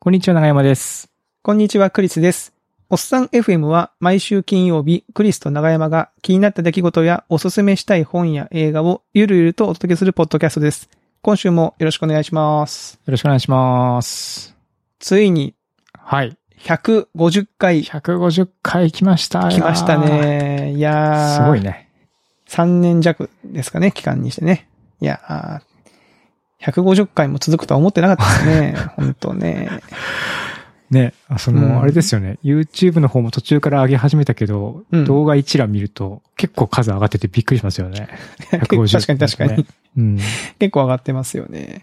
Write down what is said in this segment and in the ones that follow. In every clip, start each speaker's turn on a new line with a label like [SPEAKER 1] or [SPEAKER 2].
[SPEAKER 1] こんにちは、長山です。
[SPEAKER 2] こんにちは、クリスです。おっさん FM は毎週金曜日、クリスと長山が気になった出来事やおすすめしたい本や映画をゆるゆるとお届けするポッドキャストです。今週もよろしくお願いします。
[SPEAKER 1] よろしくお願いします。
[SPEAKER 2] ついに
[SPEAKER 1] はい。
[SPEAKER 2] 150回来
[SPEAKER 1] 150回来ました。
[SPEAKER 2] ました。ね。いやー、
[SPEAKER 1] すごいね。
[SPEAKER 2] 3年弱ですかね、期間にしてね。いやー、150回も続くとは思ってなかったですね。本当ね。
[SPEAKER 1] ね、あそうの、
[SPEAKER 2] ん
[SPEAKER 1] あれですよね。YouTube の方も途中から上げ始めたけど、
[SPEAKER 2] うん
[SPEAKER 1] 動画一覧見ると結構数上がっててびっくりしますよ ね。150
[SPEAKER 2] 確かに確かに。
[SPEAKER 1] うん。
[SPEAKER 2] 結構上がってますよね。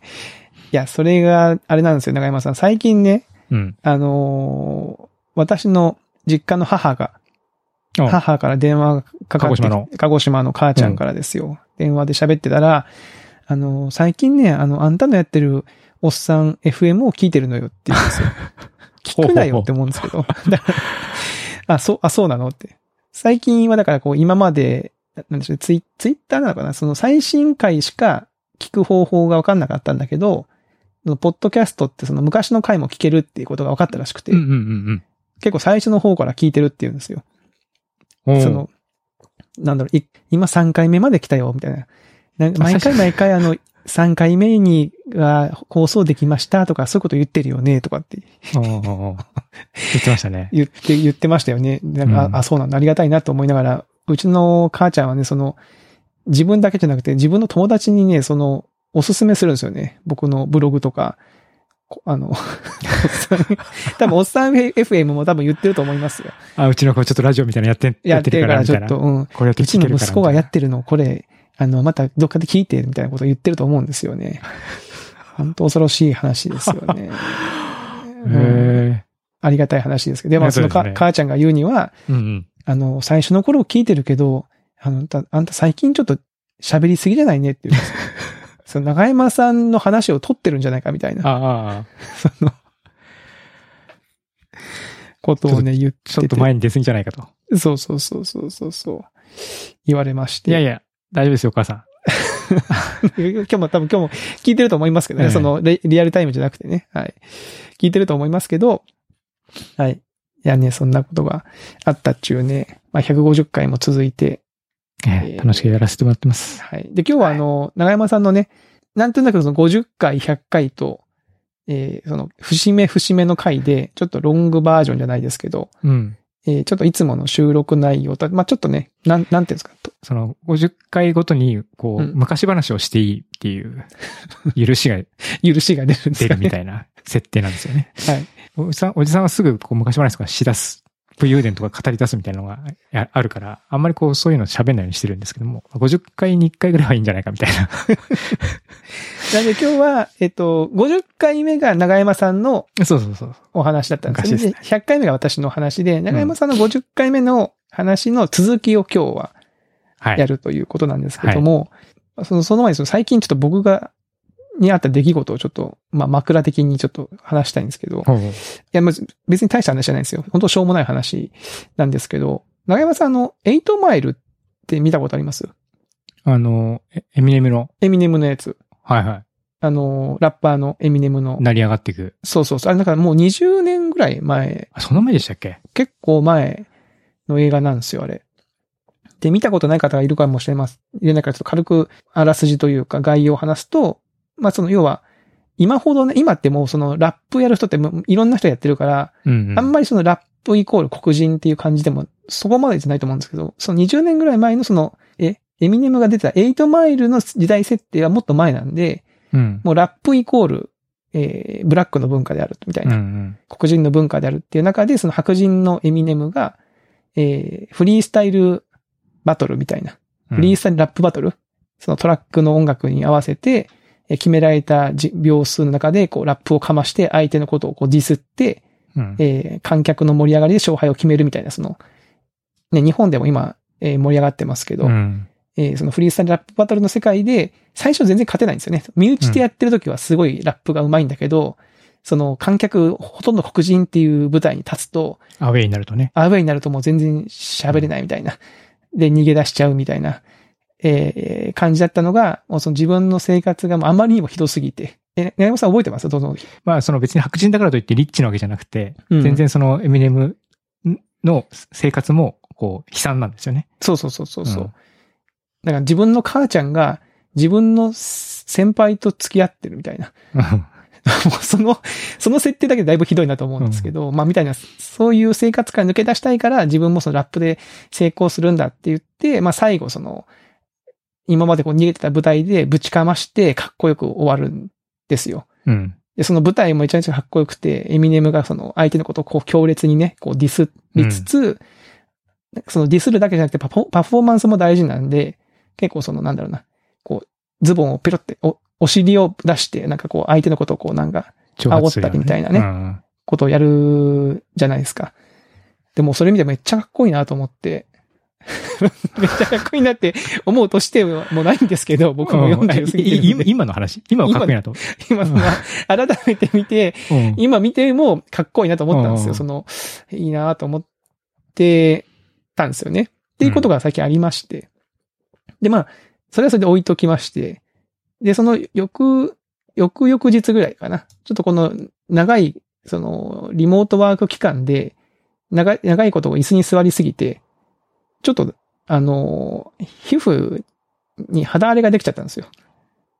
[SPEAKER 2] いや、それがあれなんですよ、長山さん。最近ね、
[SPEAKER 1] うん。
[SPEAKER 2] あのー私の実家の母が、
[SPEAKER 1] あ
[SPEAKER 2] 母から電話がかかって
[SPEAKER 1] 鹿児島
[SPEAKER 2] き
[SPEAKER 1] の
[SPEAKER 2] 鹿児島の母ちゃんからですよ。電話で喋ってたら、あのー最近ね、あの、あんたのやってるおっさん FM を聞いてるのよって言うんです よ。聞くなよって思うんですけど。だからあ、そう、あ、そうなのって。最近はだからこう、今まで、ななんでしょうね、ツイツイッターなのかなその最新回しか聞く方法が分かんなかったんだけど、そのポッドキャストってその昔の回も聞けるっていうことが分かったらしくて、
[SPEAKER 1] うんうんうん
[SPEAKER 2] 結構最初の方から聞いてるっていうんですよ。
[SPEAKER 1] うん。
[SPEAKER 2] その、なんだろう、い今3回目まで来たよ、みたいな。なんか毎
[SPEAKER 1] 最
[SPEAKER 2] 回
[SPEAKER 1] 初
[SPEAKER 2] 毎回あの、3回目には放送できましたとか、そういうこと言ってるよね、とかって
[SPEAKER 1] おう。おうおう言ってました ね。
[SPEAKER 2] 言って、言ってましたよね。なんか、
[SPEAKER 1] うん
[SPEAKER 2] あ、そうなんだ、ありがたいなと思いながら、うちの母ちゃんはね、その、自分だけじゃなくて、自分の友達にね、その、おすすめするんですよね。僕のブログとか、こ あの、おっさん多分、おっさん FM も多分言ってると思いますよ。
[SPEAKER 1] あ、うちの子ちょっとラジオみたいなのやって、
[SPEAKER 2] やってるから、
[SPEAKER 1] みた
[SPEAKER 2] ちょ
[SPEAKER 1] い
[SPEAKER 2] っ
[SPEAKER 1] な。
[SPEAKER 2] と、
[SPEAKER 1] こ
[SPEAKER 2] うん。
[SPEAKER 1] れやって
[SPEAKER 2] うち
[SPEAKER 1] 聞け
[SPEAKER 2] の
[SPEAKER 1] るからみたいな。
[SPEAKER 2] 息子がやってるの、これ、あの、またどっかで聞いて、みたいなことを言ってると思うんですよ ね。本当恐ろしい話ですよね。うん
[SPEAKER 1] へ
[SPEAKER 2] ありがたい話ですけど、で
[SPEAKER 1] い
[SPEAKER 2] も
[SPEAKER 1] や
[SPEAKER 2] その
[SPEAKER 1] そう
[SPEAKER 2] か、
[SPEAKER 1] ですね
[SPEAKER 2] 母ちゃんが言うには、
[SPEAKER 1] え。うんうん。
[SPEAKER 2] あの、最初の頃聞いてるけど、あの、たあんた最近ちょっと喋りすぎじゃないねっ て言うんですよその長山さんの話を取ってるんじゃないかみたいな
[SPEAKER 1] ああ、
[SPEAKER 2] ことをね、言ってて。
[SPEAKER 1] ちょっと前に出すぎじゃないかと。
[SPEAKER 2] そうそうそうそうそうそう。言われまして。
[SPEAKER 1] いやいや、大丈夫ですよ、お母さん。
[SPEAKER 2] 今日も多分今日も聞いてると思いますけど
[SPEAKER 1] え
[SPEAKER 2] ね。
[SPEAKER 1] え
[SPEAKER 2] そのリリアルタイムじゃなくてね。はい。聞いてると思いますけど、はい。いやね、そんなことがあったっちゅうね。まあ、150回も続いて、
[SPEAKER 1] ええ楽しくやらせてもらってます。
[SPEAKER 2] はい。で、今日はあの、長山さんのね、なんとなくその50回、100回と、えーその、節目節目の回で、ちょっとロングバージョンじゃないですけど、
[SPEAKER 1] うん。
[SPEAKER 2] えーちょっといつもの収録内容と、まあ、ちょっとね、なん、なんていうんですか、と
[SPEAKER 1] その、50回ごとに、こう、
[SPEAKER 2] うん
[SPEAKER 1] 昔話をしていいっていう、許しが
[SPEAKER 2] 許しが出るんです
[SPEAKER 1] 出
[SPEAKER 2] よ
[SPEAKER 1] るみ
[SPEAKER 2] ね。
[SPEAKER 1] たい な設定なんですよね。
[SPEAKER 2] はい。
[SPEAKER 1] おじさん、おじさんはすぐ、こう、昔話とかしだす、武勇伝とか語り出すみたいなのがああるから、あんまりこう、そういうの喋んないようにしてるんですけども、50回に1回ぐらいはいいんじゃないかみたいな。
[SPEAKER 2] なので今日は、えっと、50回目が長山さんの
[SPEAKER 1] そうそうそう。
[SPEAKER 2] お話だったんですよ
[SPEAKER 1] 昔
[SPEAKER 2] ね。
[SPEAKER 1] で
[SPEAKER 2] 100回目が私の話で、長山さんの50回目の話の続きを今日は
[SPEAKER 1] はい。
[SPEAKER 2] やるということなんですけども、そのその前にその最近ちょっと僕が、にあった出来事をちょっと、まあ、枕的にちょっと話したいんですけど、い
[SPEAKER 1] ほうほう
[SPEAKER 2] や、まず別に大した話じゃないんですよ。本当しょうもない話なんですけど、長山さんあの、8マイルって見たことあります
[SPEAKER 1] あの、えエミネムの、
[SPEAKER 2] エミネムのやつ。
[SPEAKER 1] はいは
[SPEAKER 2] あの、ラッパーのエミネムの
[SPEAKER 1] い。。成り上がっていく。
[SPEAKER 2] そうそうそう。あれだからもう20年ぐらい前
[SPEAKER 1] あ、その前でしたっけ
[SPEAKER 2] 結構前の映画なんですよ、あれ。で、見たことない方がいるかもしれます。いれないからちょっと軽くあらすじというか概要を話すと、まあその要は、今ほどね、今ってもうそのラップやる人ってもういろんな人やってるから、
[SPEAKER 1] うん、うん。
[SPEAKER 2] あんまりそのラップイコール黒人っていう感じでもそこまでじゃないと思うんですけど、その20年ぐらい前のその、え、エミネムが出てた8マイルの時代設定はもっと前なんで、
[SPEAKER 1] うん。
[SPEAKER 2] もうラップイコール、えーブラックの文化であるみたい
[SPEAKER 1] うん
[SPEAKER 2] な
[SPEAKER 1] う。ん。
[SPEAKER 2] 黒人の文化であるっていう中で、その白人のエミネムが、えー、フリースタイルバトルみたいな、
[SPEAKER 1] うん
[SPEAKER 2] フリースタイルラップバトル、そのトラックの音楽に合わせて、えー決められたじ秒数の中で、こう、ラップをかまして、相手のことをこうディスって、
[SPEAKER 1] うん
[SPEAKER 2] えー観客の盛り上がりで勝敗を決めるみたいな、その、ね、日本でも今、えー盛り上がってますけど、
[SPEAKER 1] うん
[SPEAKER 2] えーそのフリースタイルラップバトルの世界で、最初全然勝てないんですよね。身内でやってる時はすごいラップが上手いんだけど、その観客、ほとんど黒人っていう舞台に立つと、
[SPEAKER 1] アウェイになるとね。
[SPEAKER 2] アウェイになるともう全然喋れないみたいな。で、逃げ出しちゃうみたいな、えーえー感じだったのが、もうその自分の生活がもうあまりにもひどすぎて、え、なやもさん覚えてますどの、
[SPEAKER 1] まあ、その別に白人だからといってリッチなわけじゃなくて、
[SPEAKER 2] うん
[SPEAKER 1] 全然そのエミネムの生活も、こう、悲惨なんですよね。
[SPEAKER 2] そうそうそうそうそう。
[SPEAKER 1] うん
[SPEAKER 2] だから自分の母ちゃんが自分の先輩と付き合ってるみたいな。 もうその、その設定だけでだいぶひどいなと思うんですけど、まあみたいな、そういう生活から抜け出したいから自分もそのラップで成功するんだって言って、まあ最後その、今までこう逃げてた舞台でぶちかましてかっこよく終わるんですよ。
[SPEAKER 1] うん。
[SPEAKER 2] で、その舞台もめちゃめちゃかっこよくて、エミネムがその相手のことをこう強烈にね、こうディスりつつ、なんかそのディスるだけじゃなくてパフォパフォーマンスも大事なんで、結構そのなんだろうな、こう、ズボンをペロって、お、お尻を出して、なんかこう相手のことをこうなんか、
[SPEAKER 1] 挑するよう
[SPEAKER 2] 煽ったりみたいなね
[SPEAKER 1] うん
[SPEAKER 2] ことをやるじゃないですか。でもそれ見てめっちゃかっこいいなと思って、 めっちゃかっこいいなって思うとしてももうないんですけど、僕も読んでるすぎて
[SPEAKER 1] い
[SPEAKER 2] るん
[SPEAKER 1] い
[SPEAKER 2] で、
[SPEAKER 1] 今の話今はかっこいいなと。
[SPEAKER 2] 今のは改めて見て、
[SPEAKER 1] うん
[SPEAKER 2] 今見てもかっこいいなと思ったんです
[SPEAKER 1] うんう
[SPEAKER 2] よ。
[SPEAKER 1] ん
[SPEAKER 2] その、いいなと思ってたんですよね。っていうことが最近ありまして。で、まあ、それはそれで置いときまして。で、その翌、翌々日ぐらいかな。ちょっとこの長い、その、リモートワーク期間で、長い、長いことを椅子に座りすぎて、ちょっと、あの、皮膚に肌荒れができちゃったんですよ。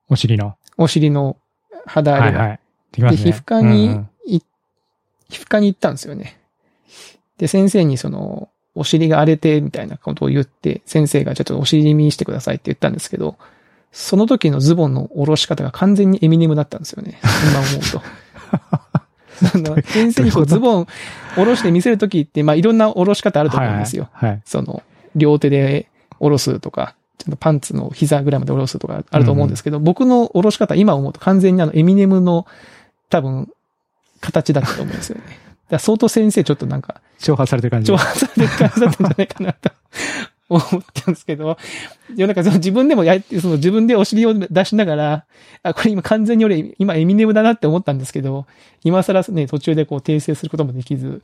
[SPEAKER 1] お尻の。
[SPEAKER 2] お尻の肌荒
[SPEAKER 1] は
[SPEAKER 2] れ
[SPEAKER 1] い
[SPEAKER 2] が。
[SPEAKER 1] はい。できます
[SPEAKER 2] で、
[SPEAKER 1] ね
[SPEAKER 2] 皮膚科に、い皮膚科に行ったんですよね。で、先生にその、お尻が荒れて、みたいなことを言って、先生がじゃあちょっとお尻見してくださいって言ったんですけど、その時のズボンの下ろし方が完全にエミネムだったんですよね。今思うと。その先生にこうズボン下ろして見せる時って、まあいろんな下ろし方あ
[SPEAKER 1] あ
[SPEAKER 2] ると思うんですよ。。
[SPEAKER 1] はいはい。
[SPEAKER 2] その、両手で下ろすとか、ちょっとパンツの膝ぐらいまで下ろすとかあると思うんですけど、僕の下ろし方、今思うと完全にあの、エミネムの、多分、形だったと思うんですよね。だから相当先生ちょっとなんか、
[SPEAKER 1] 挑発されてる感じ
[SPEAKER 2] 挑。発されてる感じだったんじゃないかなと 思ったんですけど、いや、なんかその自分でもやって、その自分でお尻を出しながら、あ、これ今完全に俺、今エミネムだなって思ったんですけど、今更ね、途中でこう訂正することもできず、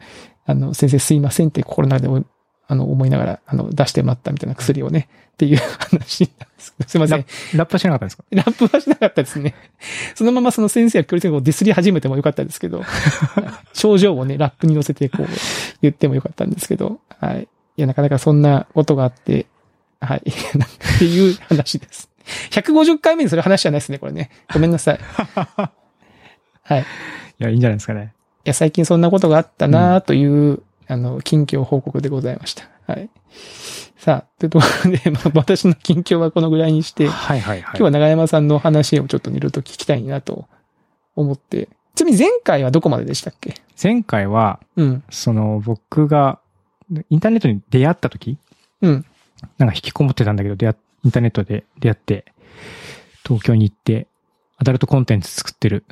[SPEAKER 2] あの、先生すいませんって心の中でお、あの、思いながら、あの、出してもらったみたいな薬をね、っていう話なんですけど、すいません。
[SPEAKER 1] ラップはしなかったんですか
[SPEAKER 2] ラップはしなかったですね。そのままその先生が強烈にこうディスり始めてもよかったですけど、症状をね、ラップに乗せてこう言ってもよかったんですけど、はい。いや、なかなかそんなことがあって、はい。なんかっていう話です。150回目にそれ話じゃないですね、これね。ごめんなさい。はい。い
[SPEAKER 1] いや、いいんじゃないですかね。
[SPEAKER 2] や、最近そんなことがあったなあという、あの、近況報告でございました。はい。さあ、というところで、まあ、私の近況はこのぐらいにして、
[SPEAKER 1] はいはいはい。
[SPEAKER 2] 今日は長山さんの話をちょっといろいろと聞きたいなと思って。ちなみに前回はどこまででしたっけ
[SPEAKER 1] 前回は、
[SPEAKER 2] うん。
[SPEAKER 1] その僕が、インターネットに出会った時
[SPEAKER 2] うん。
[SPEAKER 1] なんか引きこもってたんだけど、出会っインターネットで出会って、東京に行って、アダルトコンテンツ作ってる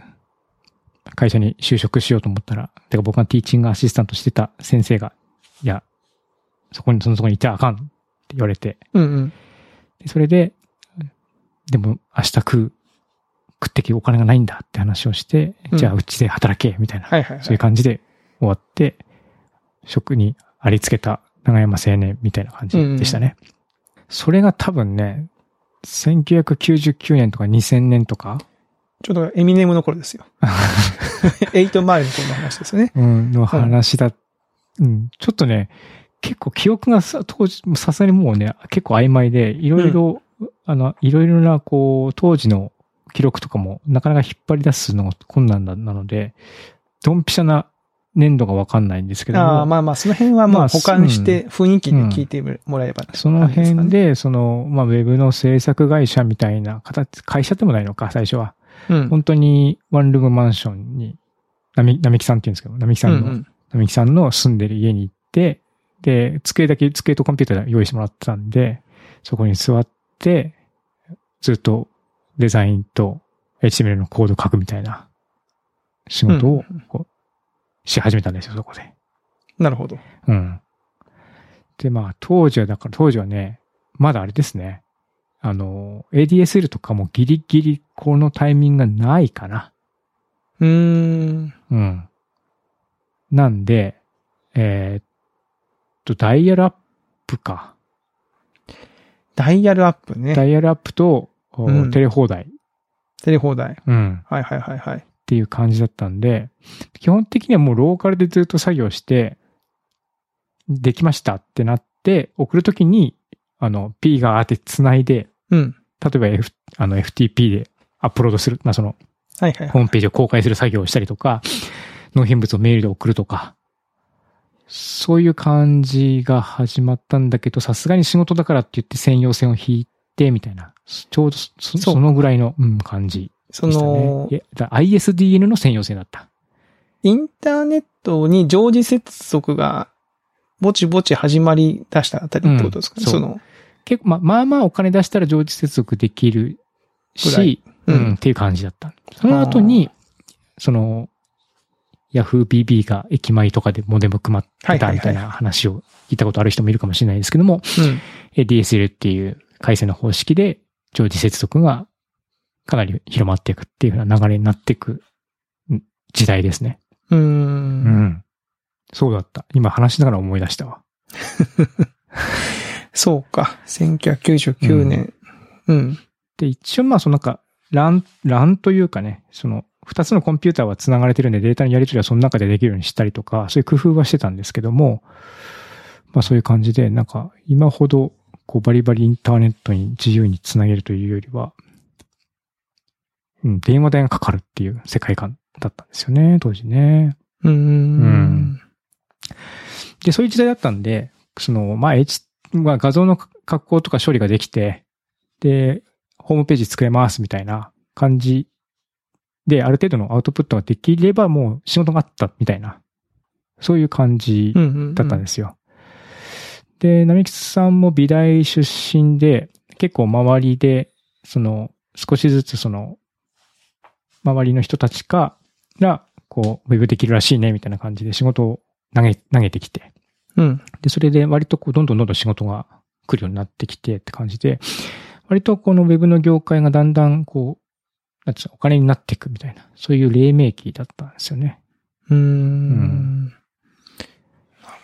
[SPEAKER 1] 会社に就職しようと思ったら、てか僕がティーチングアシスタントしてた先生が、いや、そこに、そのとこにいちゃあかんって言われて、
[SPEAKER 2] うんうん。
[SPEAKER 1] でそれで、でも明日食う、食ってきお金がないんだって話をして、
[SPEAKER 2] うん
[SPEAKER 1] じゃあうちで働け、みたいな、
[SPEAKER 2] はいはいはい。
[SPEAKER 1] そういう感じで終わって、職にありつけた長山青年みたいな感じでしたね。それが多分ね、1999年とか2000年とか、
[SPEAKER 2] ちょっとエミネムの頃です よ。エイトマイルの頃の話ですよね。
[SPEAKER 1] うんの話だ、うん。ちょっとね、結構記憶がさ当時、さすがにもうね、結構曖昧で、いろいろ、あの、いろいろな、こう、当時の記録とかも、なかなか引っ張り出すのが困難ななので、ドンピシャな年度がわかんないんですけども、
[SPEAKER 2] ああ、まあまあ、その辺はま
[SPEAKER 1] ま
[SPEAKER 2] あ
[SPEAKER 1] あ
[SPEAKER 2] 保管して雰囲気で聞いてもらえれば、
[SPEAKER 1] その辺、で、その、まあ、ウェブの制作会社みたいな形、会社でもないのか、最初は。
[SPEAKER 2] うん。
[SPEAKER 1] 本当に、ワンルームマンションに、なみ、なみきさんって言うんですけど、なみきさんの、
[SPEAKER 2] うんうん
[SPEAKER 1] 並木さんの住んでる家に行って、で、机だけ、机とコンピューター用意してもらってたんで、そこに座って、ずっとデザインと HTML のコード書くみたいな仕事をこうし始めたんですよ、そこで。
[SPEAKER 2] なるほど。
[SPEAKER 1] うん。で、まあ、当時は、だから当時はね、まだあれですね。あの、ADSL とかもギリギリこのタイミングがないかな。
[SPEAKER 2] うーん。
[SPEAKER 1] うん。なんで、えーっと、ダイヤルアップか。
[SPEAKER 2] ダイヤルアップね。
[SPEAKER 1] ダイヤルアップと、お
[SPEAKER 2] うん
[SPEAKER 1] テレ放題
[SPEAKER 2] テレ放題。
[SPEAKER 1] うん。
[SPEAKER 2] はいはいはいはい。
[SPEAKER 1] っていう感じだったんで、基本的にはもうローカルでずっと作業して、できましたってなって、送るときに、あの、P があって繋いで、
[SPEAKER 2] うん。
[SPEAKER 1] 例えば、F、あの FTP でアップロードする、まあ、その、
[SPEAKER 2] はいはいは
[SPEAKER 1] ホ
[SPEAKER 2] い。
[SPEAKER 1] ームページを公開する作業をしたりとか、納品物をメールで送るとか、そういう感じが始まったんだけど、さすがに仕事だからって言って専用線を引いて、みたいな、ちょうどそそ
[SPEAKER 2] そう
[SPEAKER 1] そのぐらいの、うん、感じ
[SPEAKER 2] そ
[SPEAKER 1] でしたね
[SPEAKER 2] の。
[SPEAKER 1] い、やだ ISDN の専用線だった。
[SPEAKER 2] インターネットに常時接続が、ぼちぼち始まり出したあたりってことですかね。
[SPEAKER 1] うん
[SPEAKER 2] その、
[SPEAKER 1] 結構、まあ、まあまあお金出したら常時接続できる
[SPEAKER 2] ぐらい
[SPEAKER 1] し、
[SPEAKER 2] う
[SPEAKER 1] うんん、っていう感じだった。その後に、その、YahooBB が駅前とかでモデム配ってたみたいな話を聞いたことある人もいるかもしれないですけども、
[SPEAKER 2] うん。
[SPEAKER 1] え DSL っていう回線の方式で常時接続がかなり広まっていくっていうような流れになっていくん時代ですね。
[SPEAKER 2] うー。
[SPEAKER 1] うんん。そうだった。今話しながら思い出したわ。
[SPEAKER 2] そうか。1999年。うん。
[SPEAKER 1] で、一応まあ、そのなんか、LAN、LAN というかね、その、二つのコンピューターは繋がれてるんで、データのやり取りはその中でできるようにしたりとか、そういう工夫はしてたんですけども、まあそういう感じで、なんか、今ほど、こう、バリバリインターネットに自由に繋げるというよりは、うん、電話代がかかるっていう世界観だったんですよね、当時ね。
[SPEAKER 2] うーん。
[SPEAKER 1] んで、そういう時代だったんで、その、まあ、H、まあ、画像の加工とか処理ができて、で、ホームページ作れますみたいな感じで、ある程度のアウトプットができればもう仕事があったみたいな、そういう感じ
[SPEAKER 2] うんうん。
[SPEAKER 1] だったんですよ。で、並木さんも美大出身で、結構周りで、その、少しずつその、周りの人たちから、こう、ウェブできるらしいね、みたいな感じで仕事を投げ、投げてきて。
[SPEAKER 2] うん。
[SPEAKER 1] で、それで割とこう、どんどんどんどん仕事が来るようになってきてって感じで、割とこのウェブの業界がだんだんこう、なんつうの、お金になっていくみたいな、そういう黎明期だったんですよね。
[SPEAKER 2] うー。
[SPEAKER 1] うん
[SPEAKER 2] なる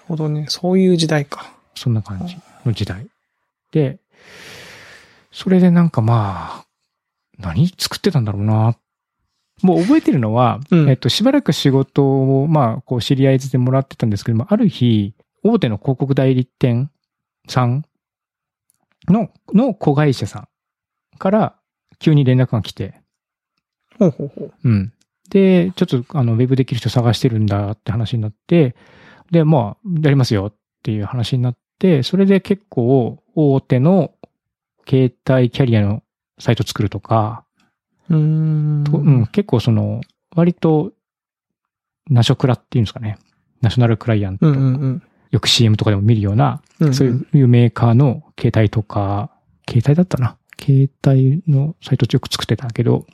[SPEAKER 2] ほどね。そういう時代か。
[SPEAKER 1] そんな感じの時代。で、それでなんかまあ、何作ってたんだろうな。もう覚えてるのは、
[SPEAKER 2] うん
[SPEAKER 1] えっと、しばらく仕事を、まあ、こう、知り合いでもらってたんですけども、ある日、大手の広告代理店さんの、の子会社さんから、急に連絡が来て、
[SPEAKER 2] ほうほうほう。
[SPEAKER 1] うん。で、ちょっと、あの、ウェブできる人探してるんだって話になって、で、まあ、やりますよっていう話になって、それで結構、大手の携帯キャリアのサイト作るとか、
[SPEAKER 2] うーん。
[SPEAKER 1] とうん、結構その、割と、ナショクラっていうんですかね。ナショナルクライアント。
[SPEAKER 2] うんうんうん。
[SPEAKER 1] よく CM とかでも見るような、
[SPEAKER 2] うんん
[SPEAKER 1] そういうメーカーの携帯とか、携帯だったな。携帯のサイトをよく作ってたけど、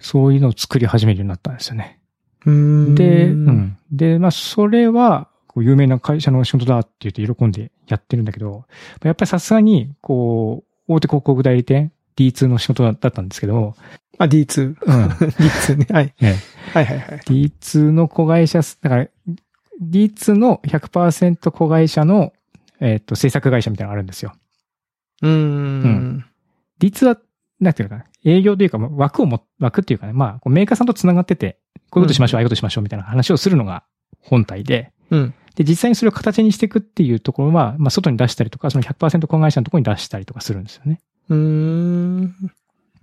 [SPEAKER 1] そういうのを作り始めるようになったんですよね。
[SPEAKER 2] うーん。
[SPEAKER 1] で、うん。で、まあ、それは、こう有名な会社の仕事だって言って喜んでやってるんだけど、やっぱりさすがに、こう、大手広告代理店、D2 の仕事だったんですけど、
[SPEAKER 2] あ、D2。
[SPEAKER 1] うん。
[SPEAKER 2] D2 ね。はい。
[SPEAKER 1] ええ
[SPEAKER 2] はいはいはい。
[SPEAKER 1] D2 の子会社、だから D2 の100%子会社の、えっ、と、制作会社みたいなのがあるんですよ。
[SPEAKER 2] うーん。
[SPEAKER 1] D2 は、なんていうのかな、営業というか、まあ枠をも、枠っていうかね、まあ、こうメーカーさんと繋がってて、こういうことしましょう、ああいうことしましょうみたいな話をするのが本体で、
[SPEAKER 2] うん。
[SPEAKER 1] で、実際にそれを形にしていくっていうところは、まあ、外に出したりとか、その100%子会社のところに出したりとかするんですよね。
[SPEAKER 2] うーん。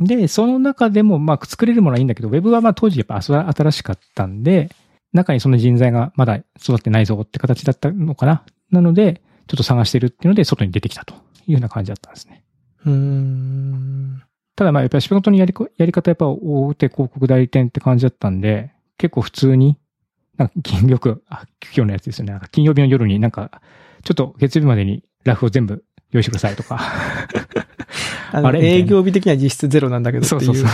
[SPEAKER 1] で、その中でも、まあ、作れるものはいいんだけど、ウェブはまあ当時やっぱ新しかったんで、中にその人材がまだ育ってないぞって形だったのかな。なので、ちょっと探してるっていうので、外に出てきたというような感じだったんですね。
[SPEAKER 2] うーん。
[SPEAKER 1] ただまあ、やっぱり仕事のやりこやり方やっぱ大手広告代理店って感じだったんで、結構普通に、なんか金よく、あ、今日のやつですよね。なんか金曜日の夜になんか、ちょっと月曜日までにラフを全部用意してくださいとか。
[SPEAKER 2] あの
[SPEAKER 1] あれみたいな
[SPEAKER 2] 営業日的には実質ゼロなんだけどっていう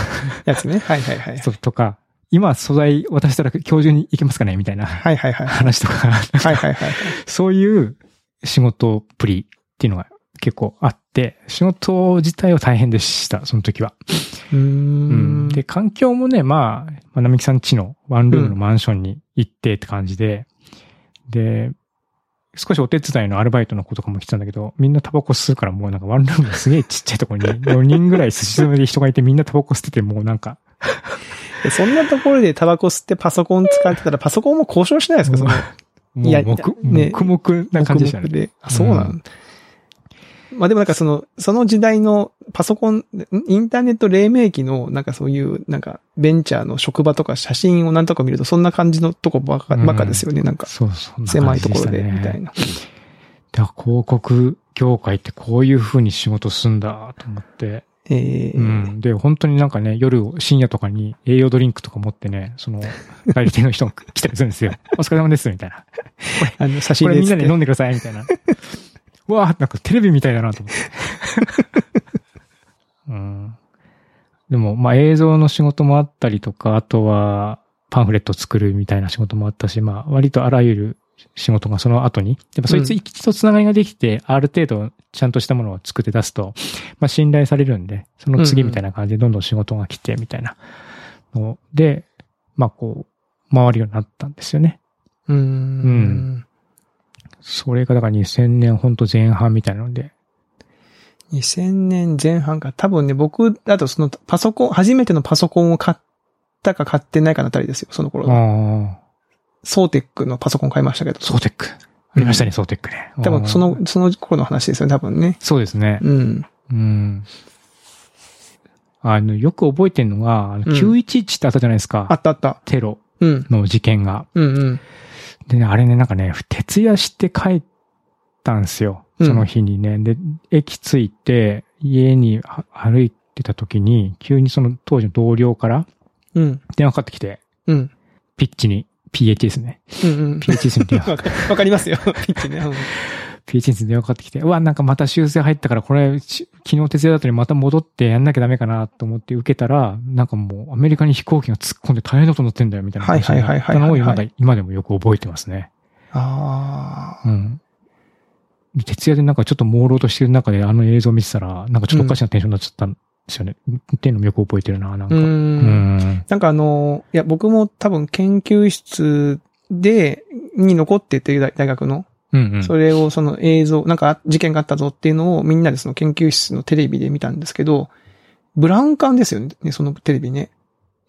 [SPEAKER 2] や つね。はいはいはい。
[SPEAKER 1] そうとか、今素材渡したら今日中に行けますかねみたいな。
[SPEAKER 2] はいはいはい。
[SPEAKER 1] 話とか、
[SPEAKER 2] はいはいはい。
[SPEAKER 1] そういう仕事っぷりっていうのが結構あって、仕事自体は大変でした、その時は。
[SPEAKER 2] う
[SPEAKER 1] う
[SPEAKER 2] ー。
[SPEAKER 1] んで、環境もね、まあ、まなみきさん家のワンルームのマンションに行ってって感じで、で、少しお手伝いのアルバイトの子とかも来てたんだけど、みんなタバコ吸うからもうなんかワンルームのすげえちっちゃいと ころに4人ぐらいすし詰めで人がいてみんなタバコ吸っててもうなんか、
[SPEAKER 2] でそんなところでタバコ吸ってパソコン使ってたら、パソコンも交渉しないですかその、
[SPEAKER 1] も
[SPEAKER 2] いや
[SPEAKER 1] う黙
[SPEAKER 2] ね
[SPEAKER 1] 黙々な感じでした
[SPEAKER 2] 黙々
[SPEAKER 1] ね。
[SPEAKER 2] であ、そうな。
[SPEAKER 1] うん
[SPEAKER 2] まあでもなんかその、その時代のパソコン、んインターネット黎明期の、なんかそういう、なんかベンチャーの職場とか写真をなんとか見ると、そんな感じのとこばっか、
[SPEAKER 1] うん
[SPEAKER 2] ばっかですよね。なんか、
[SPEAKER 1] そう、そんな
[SPEAKER 2] 狭
[SPEAKER 1] 感
[SPEAKER 2] い
[SPEAKER 1] じ
[SPEAKER 2] と
[SPEAKER 1] で
[SPEAKER 2] こ
[SPEAKER 1] した
[SPEAKER 2] ろ
[SPEAKER 1] ね。
[SPEAKER 2] で、みたいな。
[SPEAKER 1] だから広告業界ってこういう風に仕事すんだと思って。
[SPEAKER 2] えー
[SPEAKER 1] うん。で、本当になんかね、夜、深夜とかに栄養ドリンクとか持ってね、その、代理店の人が来たりするんですよ。お疲れ様です、みたいな。
[SPEAKER 2] あの、差し
[SPEAKER 1] これ
[SPEAKER 2] 入れ
[SPEAKER 1] みんなで飲
[SPEAKER 2] ん
[SPEAKER 1] んでください、みた いな。うわあなんかテレビみたいだなと思って。 うん。でも、まあ映像の仕事もあったりとか、あとはパンフレット作るみたいな仕事もあったし、まあ割とあらゆる仕事がその後に、やっぱそいつ
[SPEAKER 2] うん
[SPEAKER 1] 一度つながりができて、ある程度ちゃんとしたものを作って出すと、まあ信頼されるんで、その次みたいな感じでどんどん仕事が来て、みたいなので、まあこう、回るようになったんですよね。
[SPEAKER 2] う。
[SPEAKER 1] うんそれがだから2000年ほんと前半みたいなので。
[SPEAKER 2] 2000年前半か。多分ね、僕だとそのパソコン、初めてのパソコンを買ったか買ってないかのあたりですよ、その頃。
[SPEAKER 1] ああ。
[SPEAKER 2] ソーテックのパソコン買いましたけど。
[SPEAKER 1] ソーテック。ありましたね、ソーテックね。
[SPEAKER 2] 多
[SPEAKER 1] あ
[SPEAKER 2] 分
[SPEAKER 1] ー
[SPEAKER 2] そ。の、その頃の話ですよね、多分ね。
[SPEAKER 1] そうですね。
[SPEAKER 2] うん。
[SPEAKER 1] うん。あの、よく覚えてるのが、あの
[SPEAKER 2] うん
[SPEAKER 1] 911ってあったじゃないですか。
[SPEAKER 2] あったあった。
[SPEAKER 1] テロ
[SPEAKER 2] うん。
[SPEAKER 1] の事件が。
[SPEAKER 2] うんうん。
[SPEAKER 1] でね、あれね、なんかね、徹夜して帰ったんですよ。
[SPEAKER 2] うん
[SPEAKER 1] その日にね。で、駅着いて、家には歩いてた時に、急にその当時の同僚から
[SPEAKER 2] うん。
[SPEAKER 1] 電話かかってきて、
[SPEAKER 2] うん。
[SPEAKER 1] ピッチに、PH ですね。
[SPEAKER 2] うんうん。
[SPEAKER 1] PH ですね。電話
[SPEAKER 2] わかわかりますよ。 ピッチね。うん
[SPEAKER 1] PHS に電話かかってきて、うわ、なんかまた修正入ったから、これ、し昨日徹夜だったのにまた戻ってやんなきゃダメかなと思って受けたら、なんかもうアメリカに飛行機が突っ込んで大変なことになってんだよ、みたいな話
[SPEAKER 2] はい
[SPEAKER 1] に
[SPEAKER 2] は
[SPEAKER 1] な
[SPEAKER 2] いはい
[SPEAKER 1] っ
[SPEAKER 2] は
[SPEAKER 1] た
[SPEAKER 2] いはい
[SPEAKER 1] のを今だ今でもよく覚えてますね。
[SPEAKER 2] ああ。
[SPEAKER 1] うん。で徹夜でなんかちょっと朦朧としてる中であの映像を見てたら、なんかちょっとおかしなテンションになっちゃったんですよね。っていうのもよく覚えてるな、なんか。
[SPEAKER 2] う。
[SPEAKER 1] うんん。
[SPEAKER 2] なんかあの、いや、僕も多分研究室で、に残ってて、大大学の。
[SPEAKER 1] うんうん。
[SPEAKER 2] それをその映像、なんか事件があったぞっていうのをみんなでその研究室のテレビで見たんですけど、ブラウン管ですよね、そのテレビね。